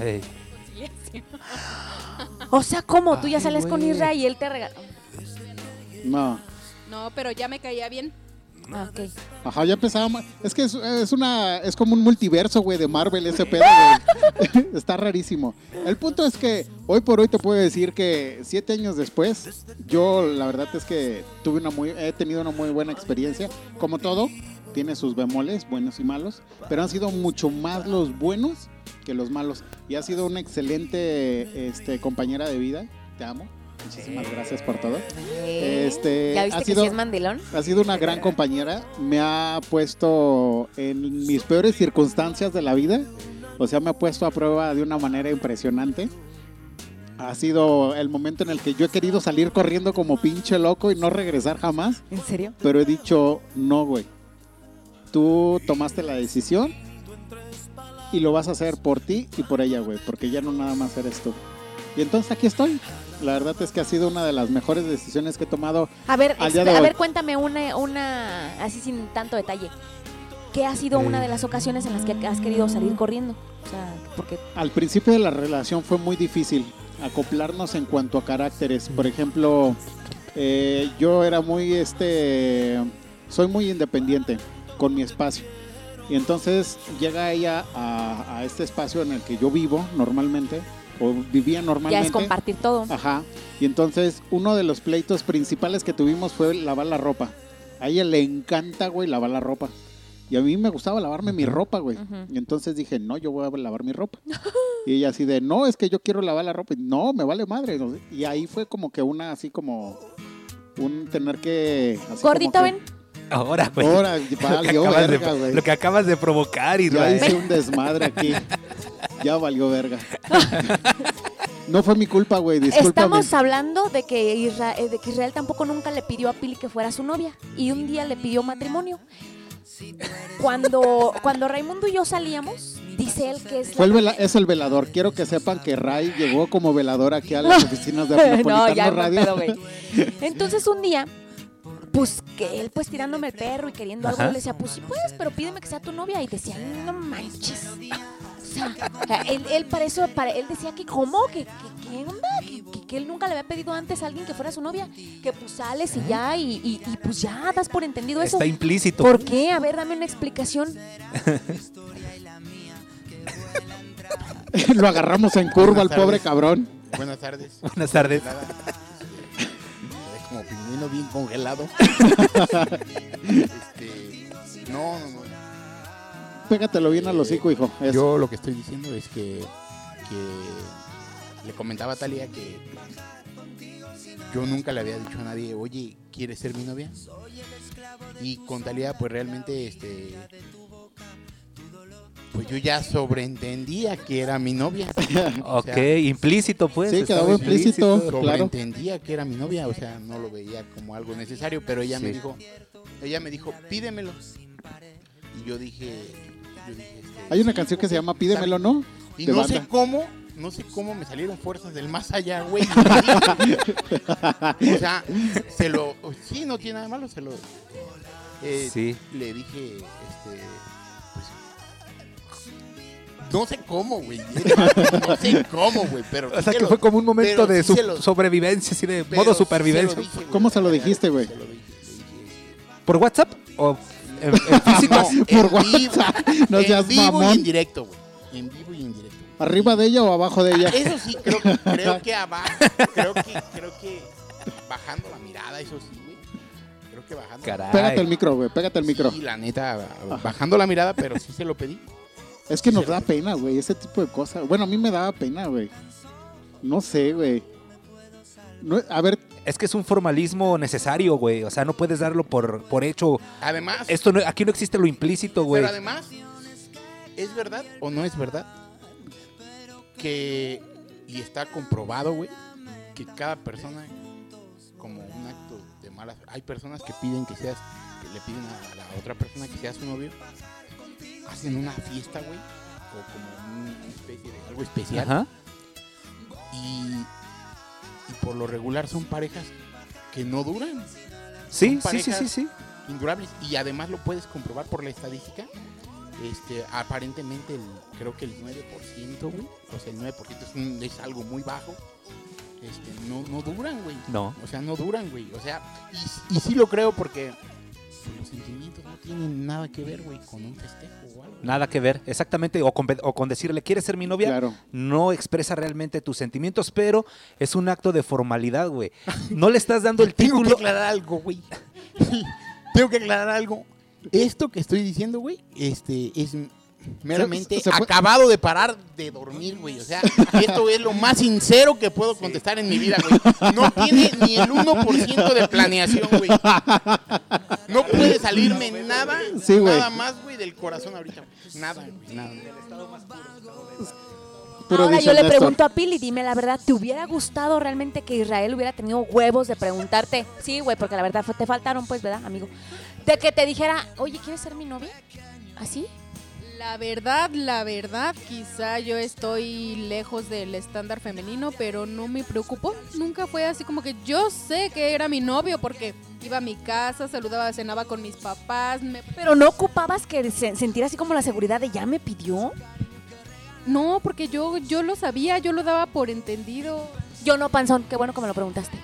[SPEAKER 3] Ey.
[SPEAKER 5] O sea, ¿cómo? Tú ya
[SPEAKER 3] Ay,
[SPEAKER 5] sales con
[SPEAKER 3] güey.
[SPEAKER 5] Israel y él te regaló.
[SPEAKER 4] no.
[SPEAKER 6] No, pero ya me caía bien.
[SPEAKER 5] Ah, ok.
[SPEAKER 4] Ajá, ya empezábamos. Es que es, es una es como un multiverso, güey, de Marvel ese pedo, güey. Está rarísimo. El punto es que hoy por hoy te puedo decir que siete años después, yo la verdad es que tuve una muy, he tenido una muy buena experiencia. Como todo, tiene sus bemoles, buenos y malos, pero han sido mucho más los buenos que los malos. Y ha sido una excelente este, compañera de vida. Te amo. Muchísimas gracias por todo. Este,
[SPEAKER 5] ¿Ya viste
[SPEAKER 4] ha
[SPEAKER 5] que
[SPEAKER 4] sido-
[SPEAKER 5] sí es mandilón?
[SPEAKER 4] ha sido una gran compañera, me ha puesto en mis peores circunstancias de la vida O sea, me ha puesto a prueba de una manera impresionante. Ha sido el momento en el que yo he querido salir corriendo como pinche loco y no regresar jamás.
[SPEAKER 5] ¿En serio?
[SPEAKER 4] Pero he dicho, no, güey. Tú tomaste la decisión y lo vas a hacer por ti y por ella, güey. Porque ya no nada más eres tú. Y entonces aquí estoy. La verdad es que ha sido una de las mejores decisiones que he tomado.
[SPEAKER 5] A ver,
[SPEAKER 4] Al
[SPEAKER 5] exp-
[SPEAKER 4] día de
[SPEAKER 5] a
[SPEAKER 4] hoy.
[SPEAKER 5] ver, cuéntame una, una, así sin tanto detalle. ¿Qué ha sido
[SPEAKER 3] Eh.
[SPEAKER 5] una de las ocasiones en las que has querido salir corriendo? O sea, porque
[SPEAKER 4] Al principio de la relación fue muy difícil acoplarnos en cuanto a caracteres. Por ejemplo, eh, yo era muy, este, soy muy independiente con mi espacio. Y entonces llega ella a, a este espacio en el que yo vivo normalmente, o vivía
[SPEAKER 5] ya
[SPEAKER 4] normalmente.
[SPEAKER 5] es compartir todo.
[SPEAKER 4] Ajá. Y entonces uno de los pleitos principales que tuvimos fue lavar la ropa. A ella le encanta, güey, lavar la ropa. Y a mí me gustaba lavarme mi ropa, güey.
[SPEAKER 5] Ujú.
[SPEAKER 4] Y entonces dije, no, yo voy a lavar mi ropa. y ella así de, no, es que yo quiero lavar la ropa. Y, no, me vale madre. No sé. Y ahí fue como que una, así como, un tener que... así como
[SPEAKER 5] Gordito,
[SPEAKER 4] que,
[SPEAKER 5] ven.
[SPEAKER 3] Ahora, güey.
[SPEAKER 4] Ahora,
[SPEAKER 3] lo, que
[SPEAKER 4] valió
[SPEAKER 3] acabas de-
[SPEAKER 4] verga, güey.
[SPEAKER 3] lo que acabas de provocar, y
[SPEAKER 4] Ya hice un desmadre aquí. ya valió verga. no fue mi culpa, güey, discúlpame.
[SPEAKER 5] Estamos hablando de que, Isra- eh, de que Israel tampoco nunca le pidió a Pili que fuera su novia y un día le pidió matrimonio. Cuando, cuando Raimundo y yo salíamos, dice él que es...
[SPEAKER 4] Fue
[SPEAKER 5] la-
[SPEAKER 4] el vela- es el velador. Quiero que sepan que Ray llegó como velador aquí a las oficinas de Napolitano
[SPEAKER 5] no, ya no
[SPEAKER 4] Radio.
[SPEAKER 5] pedo, güey. Entonces un día, pues que él pues tirándome el perro y queriendo algo,
[SPEAKER 3] Ajá.
[SPEAKER 5] yo le decía, pues sí puedes, pero pídeme que sea tu novia. Y decía, no manches. O sea, él, él para eso, para, él decía que cómo, que, que, que onda, que, que- que él nunca le había pedido antes a alguien que fuera su novia, que pues sales y ya, y, y- y, pues ya, das por entendido eso.
[SPEAKER 3] Está implícito.
[SPEAKER 5] ¿Por qué? A ver, dame una explicación.
[SPEAKER 4] Lo agarramos en curva al
[SPEAKER 7] Buenas tardes.
[SPEAKER 4] pobre cabrón.
[SPEAKER 7] Buenas tardes.
[SPEAKER 3] Buenas tardes.
[SPEAKER 7] Nada. Me quedé como pingüino bien congelado. Este, no, no, no.
[SPEAKER 4] Pégatelo bien al hocico, hijo. Es-
[SPEAKER 7] Yo lo que estoy diciendo es que, que le comentaba a Talia que yo nunca le había dicho a nadie, oye, ¿quieres ser mi novia? Y con Talia, pues realmente, este, pues yo ya sobreentendía que era mi novia. O
[SPEAKER 3] Ok,
[SPEAKER 7] sea,
[SPEAKER 3] implícito, pues.
[SPEAKER 4] Sí,
[SPEAKER 3] estaba
[SPEAKER 4] quedó implícito. claro.
[SPEAKER 7] sobreentendía que era mi novia, o sea, no lo veía como algo necesario, pero ella me
[SPEAKER 3] Sí.
[SPEAKER 7] dijo, ella me dijo, pídemelo. Y yo dije, yo dije, este,
[SPEAKER 4] Hay una canción que se llama Pídemelo, ¿no?
[SPEAKER 7] y
[SPEAKER 4] de
[SPEAKER 7] no
[SPEAKER 4] banda.
[SPEAKER 7] sé cómo, no sé cómo me salieron fuerzas del más allá, güey. o sea, se lo, sí, no tiene nada de malo, se lo. eh,
[SPEAKER 3] Sí.
[SPEAKER 7] Le dije, este, pues, no sé cómo, güey. No sé cómo, güey, pero.
[SPEAKER 3] O sea que fue como un momento
[SPEAKER 7] pero
[SPEAKER 3] de
[SPEAKER 7] sí
[SPEAKER 3] su-
[SPEAKER 7] se lo-
[SPEAKER 3] sobrevivencia, así de modo supervivencia.
[SPEAKER 4] ¿Cómo se lo dijiste, güey?
[SPEAKER 3] ¿Por WhatsApp o en, en físico?
[SPEAKER 4] Por
[SPEAKER 7] por WhatsApp.
[SPEAKER 4] No seas
[SPEAKER 7] en vivo
[SPEAKER 4] mamón.
[SPEAKER 7] y en directo, güey. En vivo y en directo. Ah,
[SPEAKER 4] ¿Arriba de ella o abajo de
[SPEAKER 5] Ah,
[SPEAKER 4] ella?
[SPEAKER 7] Eso sí, creo, creo que abajo, creo que, creo que bajando la mirada, eso sí, güey. Creo que bajando.
[SPEAKER 3] Caray.
[SPEAKER 4] Pégate el micro, güey. Pégate el micro.
[SPEAKER 7] Sí, la neta, bajando la mirada, pero sí se lo pedí.
[SPEAKER 4] Es que nos da pena, güey. Ese tipo de cosas. Bueno, a mí me daba pena, güey. No sé, güey. No- a ver,
[SPEAKER 3] Es que es un formalismo necesario, güey. O sea, no puedes darlo por, por hecho.
[SPEAKER 7] Además,
[SPEAKER 3] Esto no- aquí no existe lo implícito, güey.
[SPEAKER 7] pero además, ¿es verdad o no es verdad? Que, y está comprobado, güey, que cada persona, como un acto de malas, hay personas que piden que seas, que le piden a la otra persona que sea su novio, hacen una fiesta, güey, o como una especie de algo especial.
[SPEAKER 3] Ajá.
[SPEAKER 7] y, y por lo regular son parejas que no duran,
[SPEAKER 3] Sí,
[SPEAKER 7] Son
[SPEAKER 3] sí, sí,
[SPEAKER 7] parejas-
[SPEAKER 3] sí, sí.
[SPEAKER 7] indurables, y además lo puedes comprobar por la estadística. Este, aparentemente el- creo que el 9%, güey, o sea, el 9% es, un- es algo muy bajo. Este, no, no duran, güey.
[SPEAKER 3] No.
[SPEAKER 7] O sea, no duran, güey. O sea, y, y sí lo creo porque pues, los sentimientos no tienen nada que ver, güey, con un festejo o algo.
[SPEAKER 3] Nada que ver, exactamente. O con, o con decirle, ¿quieres ser mi novia?
[SPEAKER 4] claro.
[SPEAKER 3] no expresa realmente tus sentimientos, pero es un acto de formalidad, güey. No le estás dando el
[SPEAKER 7] Tengo que
[SPEAKER 3] título.
[SPEAKER 7] aclarar algo, güey. Tengo que aclarar algo. Esto que estoy diciendo, güey, este es meramente
[SPEAKER 4] Se- se- se fue-
[SPEAKER 7] acabado de parar de dormir, güey. O sea, esto es lo más sincero que puedo contestar en mi vida, güey. No tiene ni el 1% de planeación, güey. No puede salirme nada,
[SPEAKER 4] Sí, güey.
[SPEAKER 7] nada más, güey, del corazón ahorita. güey. Nada, güey, nada.
[SPEAKER 4] Puro
[SPEAKER 5] Ahora
[SPEAKER 4] dicho
[SPEAKER 5] yo le
[SPEAKER 4] Néstor.
[SPEAKER 5] pregunto a Pili, dime la verdad, ¿te hubiera gustado realmente que Israel hubiera tenido huevos de preguntarte? Sí, güey, porque la verdad fue- te faltaron, pues, ¿verdad, amigo? De que te dijera, oye, ¿quieres ser mi novia? ¿Ah, ¿Así?
[SPEAKER 6] La verdad, la verdad, quizá yo estoy lejos del estándar femenino, pero no me preocupó. Nunca fue así como que yo sé que era mi novio porque iba a mi casa, saludaba, cenaba con mis papás. me-
[SPEAKER 5] Pero no ocupabas que se- sentir así como la seguridad de ya me pidió.
[SPEAKER 6] No, porque yo, yo lo sabía, yo lo daba por entendido.
[SPEAKER 5] Yo no, panzón, qué bueno que me lo preguntaste.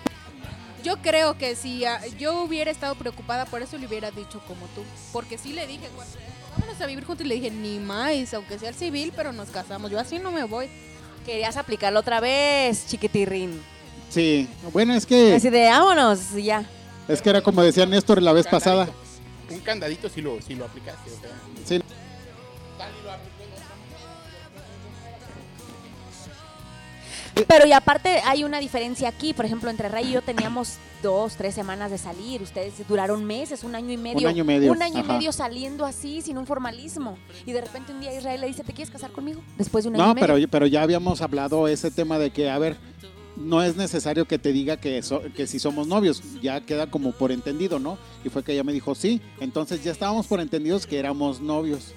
[SPEAKER 6] Yo creo que si ah, yo hubiera estado preocupada por eso, le hubiera dicho como tú. Porque sí le dije, "Cuando- vámonos a vivir juntos, y le dije, ni más, aunque sea el civil, pero nos casamos. Yo así no me voy.
[SPEAKER 5] Querías aplicarlo otra vez, chiquitirrín.
[SPEAKER 4] Sí. Bueno, es que,
[SPEAKER 5] Así de, vámonos, y ya.
[SPEAKER 4] es que era como decía Néstor la vez pasada.
[SPEAKER 7] Un candadito si lo, si lo aplicaste, o sea.
[SPEAKER 4] Sí.
[SPEAKER 7] Tal y lo aplicó, ¿no?
[SPEAKER 5] Pero y aparte hay una diferencia aquí, por ejemplo, entre Ray y yo teníamos dos, tres semanas de salir, ustedes duraron meses, un año y medio.
[SPEAKER 4] Un año y medio,
[SPEAKER 5] Un año y
[SPEAKER 4] ajá.
[SPEAKER 5] medio saliendo así, sin un formalismo. Y de repente un día Israel le dice, ¿te quieres casar conmigo? Después de un año
[SPEAKER 4] No,
[SPEAKER 5] y medio.
[SPEAKER 4] pero, pero ya habíamos hablado ese tema de que, a ver, no es necesario que te diga que, so- que si somos novios, ya queda como por entendido, ¿no? Y fue que ella me dijo, sí, entonces ya estábamos por entendidos que éramos novios.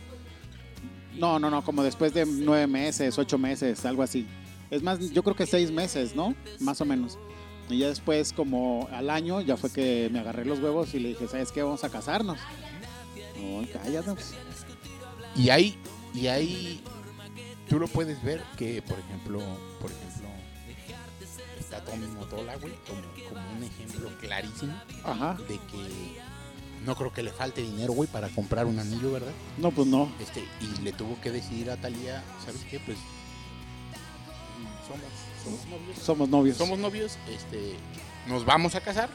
[SPEAKER 4] No, no, no, como después de nueve meses, ocho meses, algo así. Es más, yo creo que seis meses, ¿no? Más o menos. Y ya después, como al año, ya fue que me agarré los huevos y le dije, ¿sabes qué? Vamos a casarnos. No, cállate. pues.
[SPEAKER 7] Y ahí, y ahí tú lo puedes ver que, por ejemplo, por ejemplo, está Tommy Motola, güey, como, como un ejemplo clarísimo
[SPEAKER 4] Ajá.
[SPEAKER 7] de que no creo que le falte dinero, güey, para comprar un anillo, ¿verdad?
[SPEAKER 4] No, pues no.
[SPEAKER 7] Este, y le tuvo que decidir a Talía, ¿sabes qué? Pues mm, somos, somos novios.
[SPEAKER 4] Somos novios.
[SPEAKER 7] Somos novios, este, nos vamos a casar,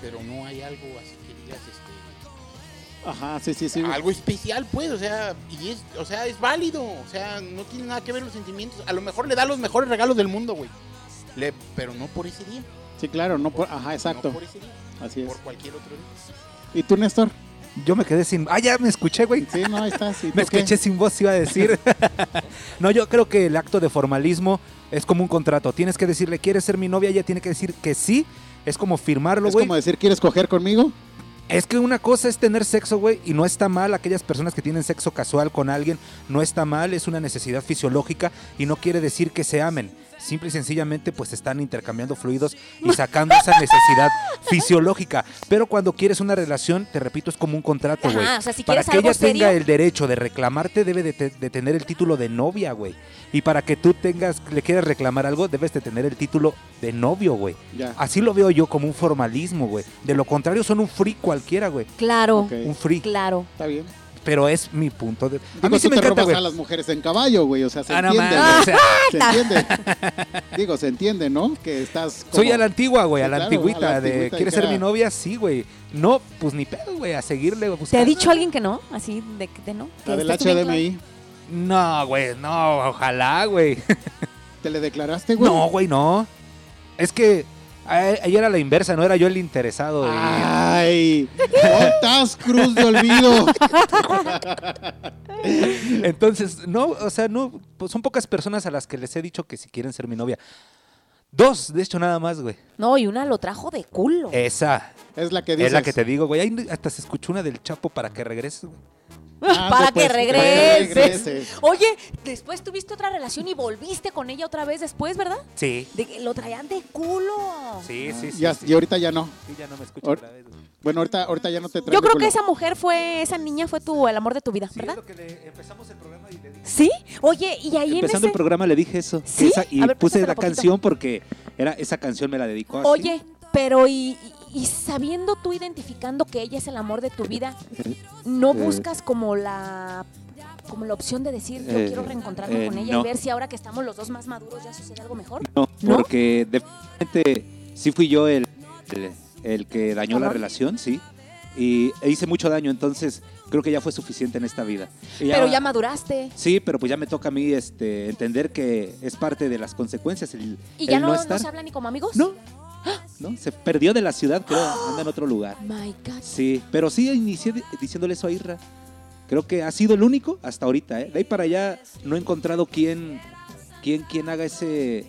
[SPEAKER 7] pero no hay algo así que digas, este,
[SPEAKER 4] Ajá, sí, sí, sí.
[SPEAKER 7] algo especial, pues, o sea, y es, o sea, es válido, o sea, no tiene nada que ver los sentimientos. A lo mejor le da los mejores regalos del mundo, güey. Le, pero no por ese día.
[SPEAKER 4] Sí, claro, no por, ajá, exacto,
[SPEAKER 7] No por ese día,
[SPEAKER 4] así es.
[SPEAKER 7] por cualquier otro día.
[SPEAKER 4] ¿Y tú, Néstor?
[SPEAKER 3] Yo me quedé sin. Ah, ya me escuché, güey.
[SPEAKER 4] Sí, no, ahí estás. ¿y tú
[SPEAKER 3] Me
[SPEAKER 4] qué?
[SPEAKER 3] escuché sin voz, iba a decir. no, yo creo que el acto de formalismo es como un contrato. Tienes que decirle, ¿quieres ser mi novia? Ella tiene que decir que sí. Es como firmarlo,
[SPEAKER 4] Es
[SPEAKER 3] güey.
[SPEAKER 4] como decir, ¿quieres coger conmigo?
[SPEAKER 3] Es que una cosa es tener sexo, güey, y no está mal. Aquellas personas que tienen sexo casual con alguien, no está mal. Es una necesidad fisiológica y no quiere decir que se amen. Simple y sencillamente, pues están intercambiando fluidos y sacando esa necesidad fisiológica. Pero cuando quieres una relación, te repito, es como un contrato, güey.
[SPEAKER 5] Ajá, o sea, si
[SPEAKER 3] para
[SPEAKER 5] quieres
[SPEAKER 3] que
[SPEAKER 5] algo
[SPEAKER 3] ella tenga
[SPEAKER 5] serio-
[SPEAKER 3] el derecho de reclamarte, debe de, te- de tener el título de novia, güey. Y para que tú tengas, le quieras reclamar algo, debes de tener el título de novio, güey.
[SPEAKER 4] Ya.
[SPEAKER 3] Así lo veo yo como un formalismo, güey. De lo contrario, son un free cualquiera, güey.
[SPEAKER 5] Claro,
[SPEAKER 4] Ok,
[SPEAKER 3] Un free.
[SPEAKER 5] claro.
[SPEAKER 4] está bien.
[SPEAKER 3] Pero es mi punto de. A
[SPEAKER 4] Digo,
[SPEAKER 3] mí sí
[SPEAKER 4] tú
[SPEAKER 3] me
[SPEAKER 4] te
[SPEAKER 3] encanta,
[SPEAKER 4] robas
[SPEAKER 3] güey.
[SPEAKER 4] a las mujeres en caballo, güey, o sea, se
[SPEAKER 3] Ah, no
[SPEAKER 4] entiende,
[SPEAKER 3] mames, o
[SPEAKER 4] güey,
[SPEAKER 3] sea,
[SPEAKER 4] se entiende. Digo, se entiende, ¿no? Que estás como-
[SPEAKER 3] soy a la antigua, güey, a
[SPEAKER 4] Sí,
[SPEAKER 3] la
[SPEAKER 4] claro,
[SPEAKER 3] antigüita.
[SPEAKER 4] a la
[SPEAKER 3] de,
[SPEAKER 4] antigüita,
[SPEAKER 3] ¿Quieres
[SPEAKER 4] que
[SPEAKER 3] ser
[SPEAKER 4] era-
[SPEAKER 3] mi novia? Sí, güey. No, pues ni pedo, güey, a seguirle. güey, pues
[SPEAKER 5] ¿Te ha
[SPEAKER 3] buscando.
[SPEAKER 5] dicho alguien que no? Así de, de no.
[SPEAKER 4] la
[SPEAKER 5] que
[SPEAKER 4] del
[SPEAKER 5] estés tú bien
[SPEAKER 4] HDMI.
[SPEAKER 3] No, güey, no, ojalá, güey.
[SPEAKER 4] ¿Te le declaraste, güey?
[SPEAKER 3] No, güey, no. Es que a- ayer era la inversa, no era yo el interesado. y-
[SPEAKER 4] Ah. Ay, botas cruz de olvido.
[SPEAKER 3] Entonces, no, o sea, no, pues son pocas personas a las que les he dicho que si quieren ser mi novia. Dos, de hecho, nada más, güey.
[SPEAKER 5] claro. No, y una lo trajo de culo.
[SPEAKER 4] Eh,
[SPEAKER 3] Esa
[SPEAKER 4] Es la que dices.
[SPEAKER 3] es la que te digo, güey. Ahí hasta se escuchó una del Chapo para que regrese, güey.
[SPEAKER 4] Ah,
[SPEAKER 5] para
[SPEAKER 4] pues,
[SPEAKER 5] que
[SPEAKER 4] para que
[SPEAKER 5] regreses.
[SPEAKER 4] regreses.
[SPEAKER 5] Oye, después tuviste otra relación y volviste con ella otra vez después, ¿verdad?
[SPEAKER 3] Sí.
[SPEAKER 5] De que lo traían de culo.
[SPEAKER 3] Sí, sí, sí.
[SPEAKER 4] Ya-
[SPEAKER 3] sí.
[SPEAKER 4] y ahorita ya no.
[SPEAKER 3] Sí, ya no me escucho
[SPEAKER 4] Ahor-
[SPEAKER 3] otra vez, güey.
[SPEAKER 4] Bueno, ahorita, ahorita ya no te traigo.
[SPEAKER 5] Yo creo que esa mujer fue, esa niña fue tu, el amor de tu vida,
[SPEAKER 3] Sí, es
[SPEAKER 5] ¿verdad?
[SPEAKER 3] lo que le- empezamos el programa y le dije-
[SPEAKER 5] Sí. Oye, y ahí en ese...
[SPEAKER 3] Empezando el programa le dije eso. que
[SPEAKER 5] ¿Sí?
[SPEAKER 3] esa- y
[SPEAKER 5] A ver,
[SPEAKER 3] puse
[SPEAKER 5] pásasela
[SPEAKER 3] la
[SPEAKER 5] poquito.
[SPEAKER 3] canción porque era esa canción me la dedicó. así.
[SPEAKER 5] Oye, pero y, y- y sabiendo tú, identificando que ella es el amor de tu vida,
[SPEAKER 3] Eh.
[SPEAKER 5] ¿no buscas como la como la opción de decir, yo
[SPEAKER 3] Eh,
[SPEAKER 5] quiero reencontrarme
[SPEAKER 3] eh,
[SPEAKER 5] con ella
[SPEAKER 3] no.
[SPEAKER 5] y ver si ahora que estamos los dos más maduros ya sucede algo mejor?
[SPEAKER 3] No,
[SPEAKER 5] ¿No?
[SPEAKER 3] porque definitivamente sí fui yo el, el, el que dañó la
[SPEAKER 5] Ajá.
[SPEAKER 3] relación, sí. Y e hice mucho daño, entonces creo que ya fue suficiente en esta vida. Y
[SPEAKER 5] Pero ya maduraste.
[SPEAKER 3] Sí, pero pues ya me toca a mí este, entender que es parte de las consecuencias el,
[SPEAKER 5] ¿Y
[SPEAKER 3] el
[SPEAKER 5] ya no, no
[SPEAKER 3] estar.
[SPEAKER 5] se hablan ni como amigos?
[SPEAKER 3] No,
[SPEAKER 8] ¿no? Se perdió de la ciudad, creo, anda en otro lugar.
[SPEAKER 5] My God.
[SPEAKER 8] Sí, pero sí inicié di- diciéndole eso a Irra. Creo que ha sido el único hasta ahorita, ¿eh? De ahí para allá no he encontrado quién, quién, quién haga ese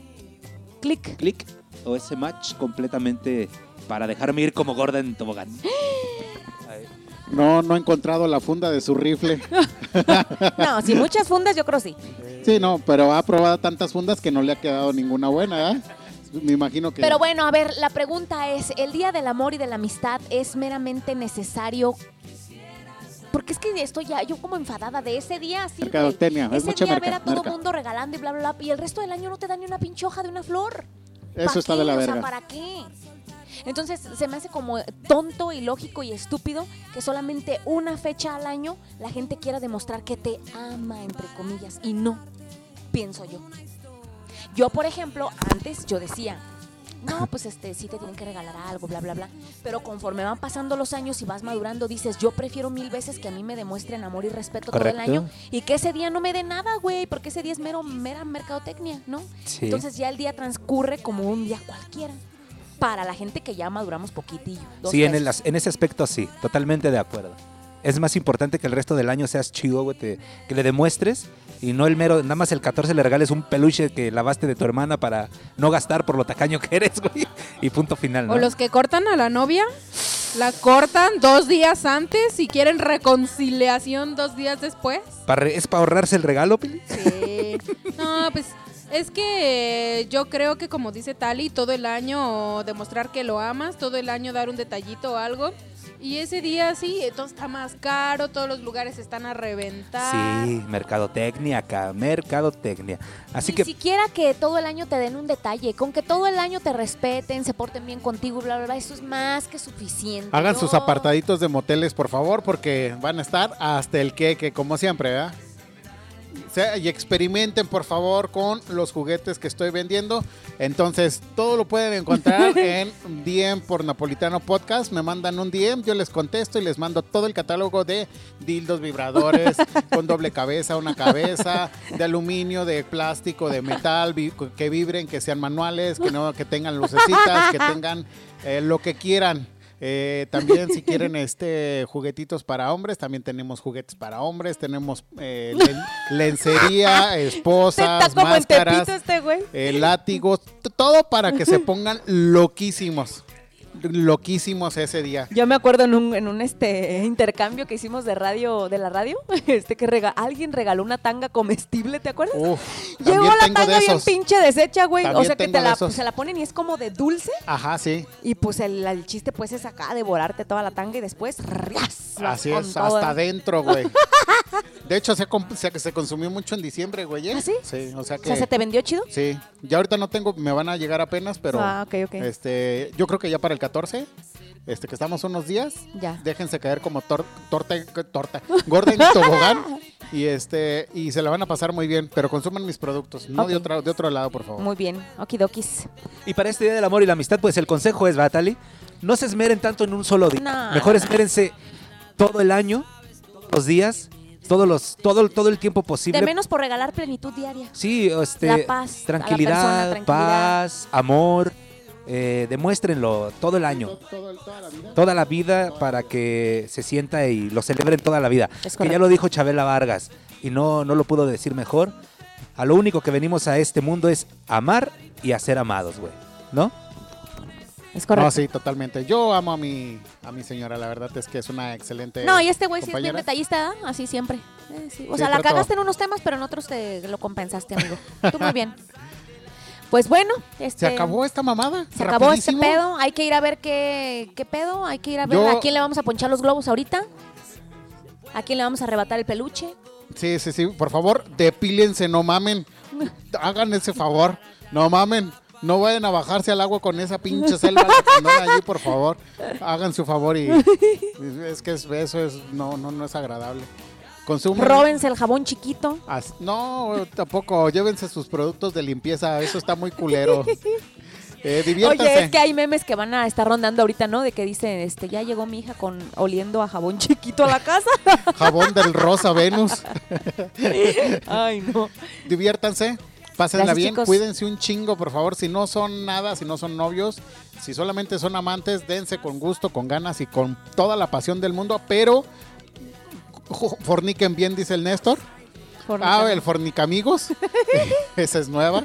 [SPEAKER 5] Click.
[SPEAKER 8] click o ese match completamente para dejarme ir como gorda en tobogán.
[SPEAKER 9] No, no he encontrado la funda de su rifle.
[SPEAKER 5] No, si muchas fundas, yo creo sí.
[SPEAKER 9] Sí, no, pero ha probado tantas fundas que no le ha quedado ninguna buena, ¿eh? Me imagino que.
[SPEAKER 5] Pero bueno, a ver, la pregunta es, ¿el Día del Amor y de la Amistad es meramente necesario? Porque es que estoy ya yo como enfadada de ese día así. güey.
[SPEAKER 9] Mercadotecnia, es
[SPEAKER 5] Ese
[SPEAKER 9] mucha
[SPEAKER 5] día
[SPEAKER 9] merca-
[SPEAKER 5] ver a todo
[SPEAKER 9] merca.
[SPEAKER 5] mundo regalando y bla, bla, bla. Y el resto del año no te dan ni una pinche hoja de una flor.
[SPEAKER 9] Eso
[SPEAKER 5] ¿Pa
[SPEAKER 9] está
[SPEAKER 5] qué?
[SPEAKER 9] de la
[SPEAKER 5] O sea,
[SPEAKER 9] verga.
[SPEAKER 5] ¿para qué? Entonces se me hace como tonto, ilógico y estúpido que solamente una fecha al año la gente quiera demostrar que te ama, entre comillas, y no, pienso yo. Yo, por ejemplo, antes yo decía, no, pues este, sí te tienen que regalar algo, bla, bla, bla. Pero conforme van pasando los años y vas madurando, dices, yo prefiero mil veces que a mí me demuestren amor y respeto todo el
[SPEAKER 3] Correcto.
[SPEAKER 5] año y que ese día no me dé nada, güey, porque ese día es mero, mera mercadotecnia, ¿no?
[SPEAKER 3] Sí.
[SPEAKER 5] Entonces ya el día transcurre como un día cualquiera. Para la gente que ya maduramos poquitillo. dos
[SPEAKER 3] Sí, en, el
[SPEAKER 5] meses.
[SPEAKER 3] as- en ese aspecto sí, totalmente de acuerdo. Es más importante que el resto del año seas chido, güey, te- que le demuestres y no el mero, nada más el 14 le regales un peluche que lavaste de tu hermana para no gastar por lo tacaño que eres, güey. Y punto final, ¿no?
[SPEAKER 6] O los que cortan a la novia, la cortan dos días antes y quieren reconciliación dos días después.
[SPEAKER 3] Pa- ¿Es para ahorrarse el regalo, Pili?
[SPEAKER 6] Sí. No, pues es que eh, yo creo que como dice Tali, todo el año demostrar que lo amas, todo el año dar un detallito o algo. Y ese día sí, eh, todo está más caro, todos los lugares están a reventar.
[SPEAKER 3] Sí, mercadotecnia acá, mercadotecnia. Así
[SPEAKER 5] Ni
[SPEAKER 3] que
[SPEAKER 5] siquiera que todo el año te den un detalle, con que todo el año te respeten, se porten bien contigo, bla, bla, bla, eso es más que suficiente.
[SPEAKER 4] Hagan
[SPEAKER 5] Yo-
[SPEAKER 4] sus apartaditos de moteles, por favor, porque van a estar hasta el queque, como siempre, ¿verdad? O sea, y experimenten, por favor, con los juguetes que estoy vendiendo. Entonces, todo lo pueden encontrar en DM por Napolitano Podcast. Me mandan un DM, yo les contesto y les mando todo el catálogo de dildos vibradores con doble cabeza, una cabeza, de aluminio, de plástico, de metal, vi- que vibren, que sean manuales, que, no, que tengan lucecitas, que tengan eh, lo que quieran. Eh, también si quieren este juguetitos para hombres, también tenemos juguetes para hombres, tenemos eh, len- lencería, esposas, máscaras,
[SPEAKER 5] este güey.
[SPEAKER 4] eh, látigos, t- todo para que se pongan loquísimos, loquísimos ese día.
[SPEAKER 5] Yo me acuerdo en un, en un este intercambio que hicimos de radio, de la radio, este que rega- alguien regaló una tanga comestible, ¿te acuerdas?
[SPEAKER 4] Uf,
[SPEAKER 5] Llegó
[SPEAKER 4] también
[SPEAKER 5] la
[SPEAKER 4] tengo
[SPEAKER 5] tanga
[SPEAKER 4] de
[SPEAKER 5] bien
[SPEAKER 4] esos.
[SPEAKER 5] pinche deshecha, güey. O
[SPEAKER 4] También
[SPEAKER 5] sea que
[SPEAKER 4] tengo
[SPEAKER 5] te
[SPEAKER 4] de
[SPEAKER 5] la,
[SPEAKER 4] esos.
[SPEAKER 5] se la ponen y es como de dulce.
[SPEAKER 4] Ajá, sí.
[SPEAKER 5] Y pues el, el chiste pues es acá, devorarte toda la tanga y después ¡rias!
[SPEAKER 4] Así
[SPEAKER 5] Con
[SPEAKER 4] es,
[SPEAKER 5] todo.
[SPEAKER 4] hasta adentro, güey. De hecho, se, comp- se, se consumió mucho en diciembre, güey. ¿eh?
[SPEAKER 5] ¿Ah, sí?
[SPEAKER 4] Sí, o sea
[SPEAKER 5] O
[SPEAKER 4] que...
[SPEAKER 5] sea, ¿se te vendió chido?
[SPEAKER 4] Sí, ya ahorita no tengo, me van a llegar apenas, pero
[SPEAKER 5] Ah, ok, ok.
[SPEAKER 4] este, yo creo que ya para el 14, este, que estamos unos días,
[SPEAKER 5] Ya.
[SPEAKER 4] déjense caer como tor- torta, torta, gorda en tobogán y este, y se la van a pasar muy bien, pero consuman mis productos, no de
[SPEAKER 5] Ok.
[SPEAKER 4] otro, de otro lado, por favor.
[SPEAKER 5] Muy bien, okidokis.
[SPEAKER 3] Y para este Día del Amor y la Amistad, pues el consejo es, Batali, no se esmeren tanto en un solo día.
[SPEAKER 5] No.
[SPEAKER 3] Mejor esmérense todo el año, todos los días, todos los, todo, el- todo el tiempo posible.
[SPEAKER 5] De menos por regalar plenitud diaria.
[SPEAKER 3] sí, este,
[SPEAKER 5] la paz a la
[SPEAKER 3] tranquilidad,
[SPEAKER 5] persona, tranquilidad.
[SPEAKER 3] paz, amor. eh, demuéstrenlo todo el año,
[SPEAKER 9] Todo- todo- toda la vida.
[SPEAKER 3] toda la vida, para que se sienta y lo celebren toda la vida.
[SPEAKER 5] Es
[SPEAKER 3] que ya
[SPEAKER 5] correcto.
[SPEAKER 3] lo dijo Chabela Vargas y no, no lo pudo decir mejor. A lo único que venimos a este mundo es amar y a ser amados, güey. ¿No?
[SPEAKER 5] Es
[SPEAKER 4] No,
[SPEAKER 5] correcto.
[SPEAKER 4] sí, totalmente. Yo amo a mi, a mi señora, la verdad es que es una excelente.
[SPEAKER 5] No, y este güey sí es bien
[SPEAKER 4] compañera.
[SPEAKER 5] detallista, ¿eh? así siempre. Eh, sí. O
[SPEAKER 4] Sí,
[SPEAKER 5] sea, la
[SPEAKER 4] trato.
[SPEAKER 5] cagaste en unos temas, pero en otros te lo compensaste, amigo. Tú muy bien. Pues bueno, este,
[SPEAKER 4] Se acabó esta mamada.
[SPEAKER 5] Se acabó este
[SPEAKER 4] rapidísimo.
[SPEAKER 5] pedo. Hay que ir a ver qué, qué pedo. Hay que ir a ver
[SPEAKER 4] Yo-
[SPEAKER 5] a quién le vamos a ponchar los globos ahorita. ¿A quién le vamos a arrebatar el peluche?
[SPEAKER 4] Sí, sí, sí. Por favor, depílense, no mamen. Hagan ese favor. No mamen. No vayan a bajarse al agua con esa pinche selva la que andan allí, por favor. Hagan su favor y es que es- eso es no no no es agradable. Consumen
[SPEAKER 5] Róbense el jabón chiquito.
[SPEAKER 4] As- no, tampoco. Llévense sus productos de limpieza. Eso está muy culero. Eh, diviértanse.
[SPEAKER 5] Oye, es que hay memes que van a estar rondando ahorita, ¿no? De que dicen, este, ya llegó mi hija con oliendo a jabón chiquito a la casa.
[SPEAKER 4] Jabón del Rosa Venus.
[SPEAKER 5] Ay, no.
[SPEAKER 4] Diviértanse. Pásenla
[SPEAKER 10] Gracias,
[SPEAKER 4] bien,
[SPEAKER 10] chicos.
[SPEAKER 4] cuídense un chingo, por favor. Si no son nada, si no son novios, si solamente son amantes, dense con gusto, con ganas y con toda la pasión del mundo, pero jo- forniquen bien, dice el Néstor. Ah, el Fornicamigos. Esa es nueva.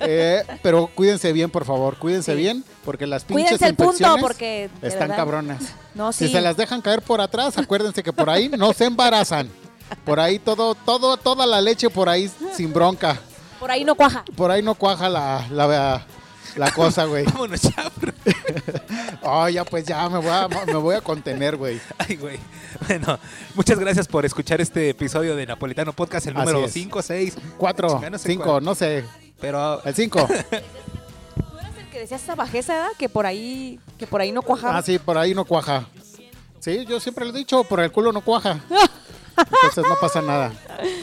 [SPEAKER 4] Eh, pero cuídense bien, por favor. Cuídense bien, porque las pinches
[SPEAKER 10] Cuídense el punto
[SPEAKER 4] infecciones
[SPEAKER 10] porque. de
[SPEAKER 4] están
[SPEAKER 10] verdad,
[SPEAKER 4] cabronas.
[SPEAKER 10] No, sí.
[SPEAKER 4] Si se las dejan caer por atrás, acuérdense que por ahí no se embarazan. Por ahí todo, todo, toda la leche por ahí sin bronca.
[SPEAKER 10] Por ahí no cuaja.
[SPEAKER 4] Por ahí no cuaja la, la, la cosa, güey.
[SPEAKER 2] Vámonos ya, bro.
[SPEAKER 4] Oh, ya pues ya me voy a, me voy a contener, güey.
[SPEAKER 3] Ay, güey. Bueno, muchas gracias por escuchar este episodio de Napolitano Podcast, el
[SPEAKER 4] Así
[SPEAKER 3] número
[SPEAKER 4] es.
[SPEAKER 3] 5, 6,
[SPEAKER 4] Cuatro, cinco, no sé.
[SPEAKER 3] Pero
[SPEAKER 4] El cinco.
[SPEAKER 10] Tú eras el que decías esa bajeza, ¿verdad? Que por ahí, que por ahí no cuajaba.
[SPEAKER 4] Ah, sí, por ahí no cuaja. Sí, yo siempre lo he dicho, por el culo no cuaja. Entonces no pasa nada.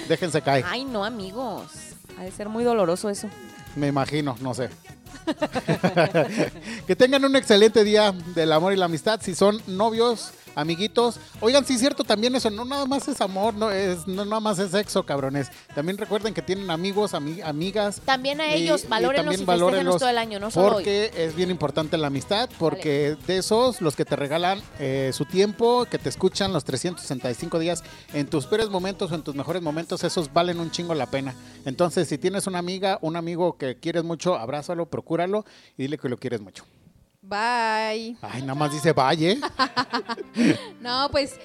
[SPEAKER 4] Déjense caer.
[SPEAKER 10] Ay, no, amigos. Ha de ser muy doloroso eso.
[SPEAKER 4] Me imagino, no sé. que tengan un excelente día del amor y la amistad. Si son novios, amiguitos. Oigan, sí es cierto también eso. No nada más es amor, no, es, no nada más es sexo, cabrones. También recuerden que tienen amigos, ami- amigas.
[SPEAKER 10] También a
[SPEAKER 4] y-
[SPEAKER 10] ellos,
[SPEAKER 4] y
[SPEAKER 10] valórenlos
[SPEAKER 4] también
[SPEAKER 10] y,
[SPEAKER 4] valórenlos
[SPEAKER 10] festéjenlos todo el año, no solo hoy.
[SPEAKER 4] Porque es bien importante la amistad, porque de esos, los que te regalan eh, su tiempo, que te escuchan los 365 días, en tus peores momentos o en tus mejores momentos, esos valen un chingo la pena. Entonces, si tienes una amiga, un amigo que quieres mucho, abrázalo, procúralo y dile que lo quieres mucho.
[SPEAKER 6] Bye.
[SPEAKER 4] Ay, nada más dice ¿eh? valle.
[SPEAKER 6] No, pues.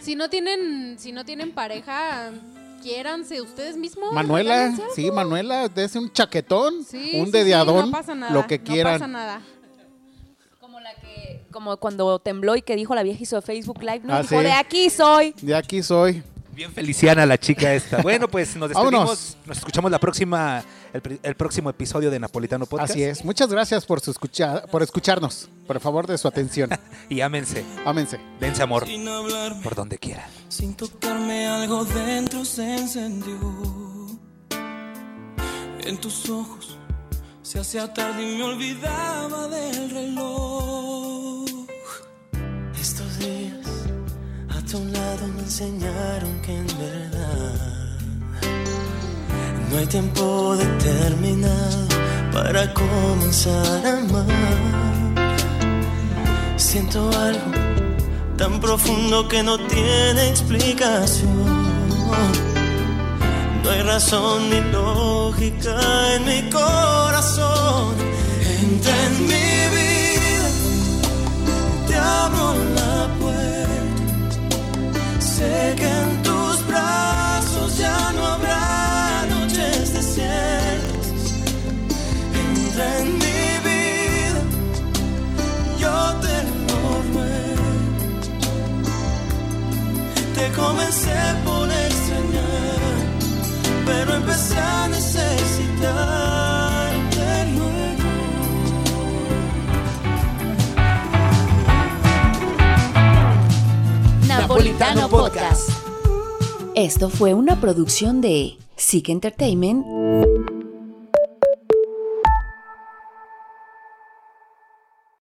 [SPEAKER 6] Si no tienen, si no tienen pareja, quiéranse ustedes mismos.
[SPEAKER 4] Manuela,
[SPEAKER 6] regálense algo.
[SPEAKER 4] sí, Manuela, des un chaquetón,
[SPEAKER 6] Sí, sí,
[SPEAKER 4] un
[SPEAKER 6] sí,
[SPEAKER 4] dediadón,
[SPEAKER 6] no pasa nada,
[SPEAKER 4] lo que
[SPEAKER 6] No
[SPEAKER 4] quieran.
[SPEAKER 6] pasa nada.
[SPEAKER 10] Como la que, como cuando tembló y que dijo la vieja hizo Facebook Live, no
[SPEAKER 4] Ah,
[SPEAKER 10] dijo
[SPEAKER 4] sí.
[SPEAKER 10] de aquí soy.
[SPEAKER 4] de aquí soy.
[SPEAKER 3] bien feliciana la chica esta. Bueno, pues nos despedimos.
[SPEAKER 4] Vámonos.
[SPEAKER 3] Nos escuchamos la próxima, el, pr- el próximo episodio de Napolitano Podcast.
[SPEAKER 4] Así es. Muchas gracias por, su escucha- por escucharnos. Por favor, de su atención.
[SPEAKER 3] Y ámense,
[SPEAKER 4] Ámense.
[SPEAKER 3] dense amor
[SPEAKER 2] Sin hablarme.
[SPEAKER 3] por donde quiera.
[SPEAKER 2] Sin tocarme algo dentro se encendió. En tus ojos se hacía tarde y me olvidaba del reloj. Estos días a tu lado me enseñaron que en verdad no hay tiempo determinado para comenzar a amar. Siento algo tan profundo que no tiene explicación. No hay razón ni lógica en mi corazón. Entra en mi vida, te abro la puerta. Sé que en tus brazos ya no habrá noches desiertas. Entra en mi vida, yo te lo ruego. Te comencé por extrañar, pero empecé a necesitarte luego.
[SPEAKER 5] Napolitano Podcast. Esto fue una producción de SIC Entertainment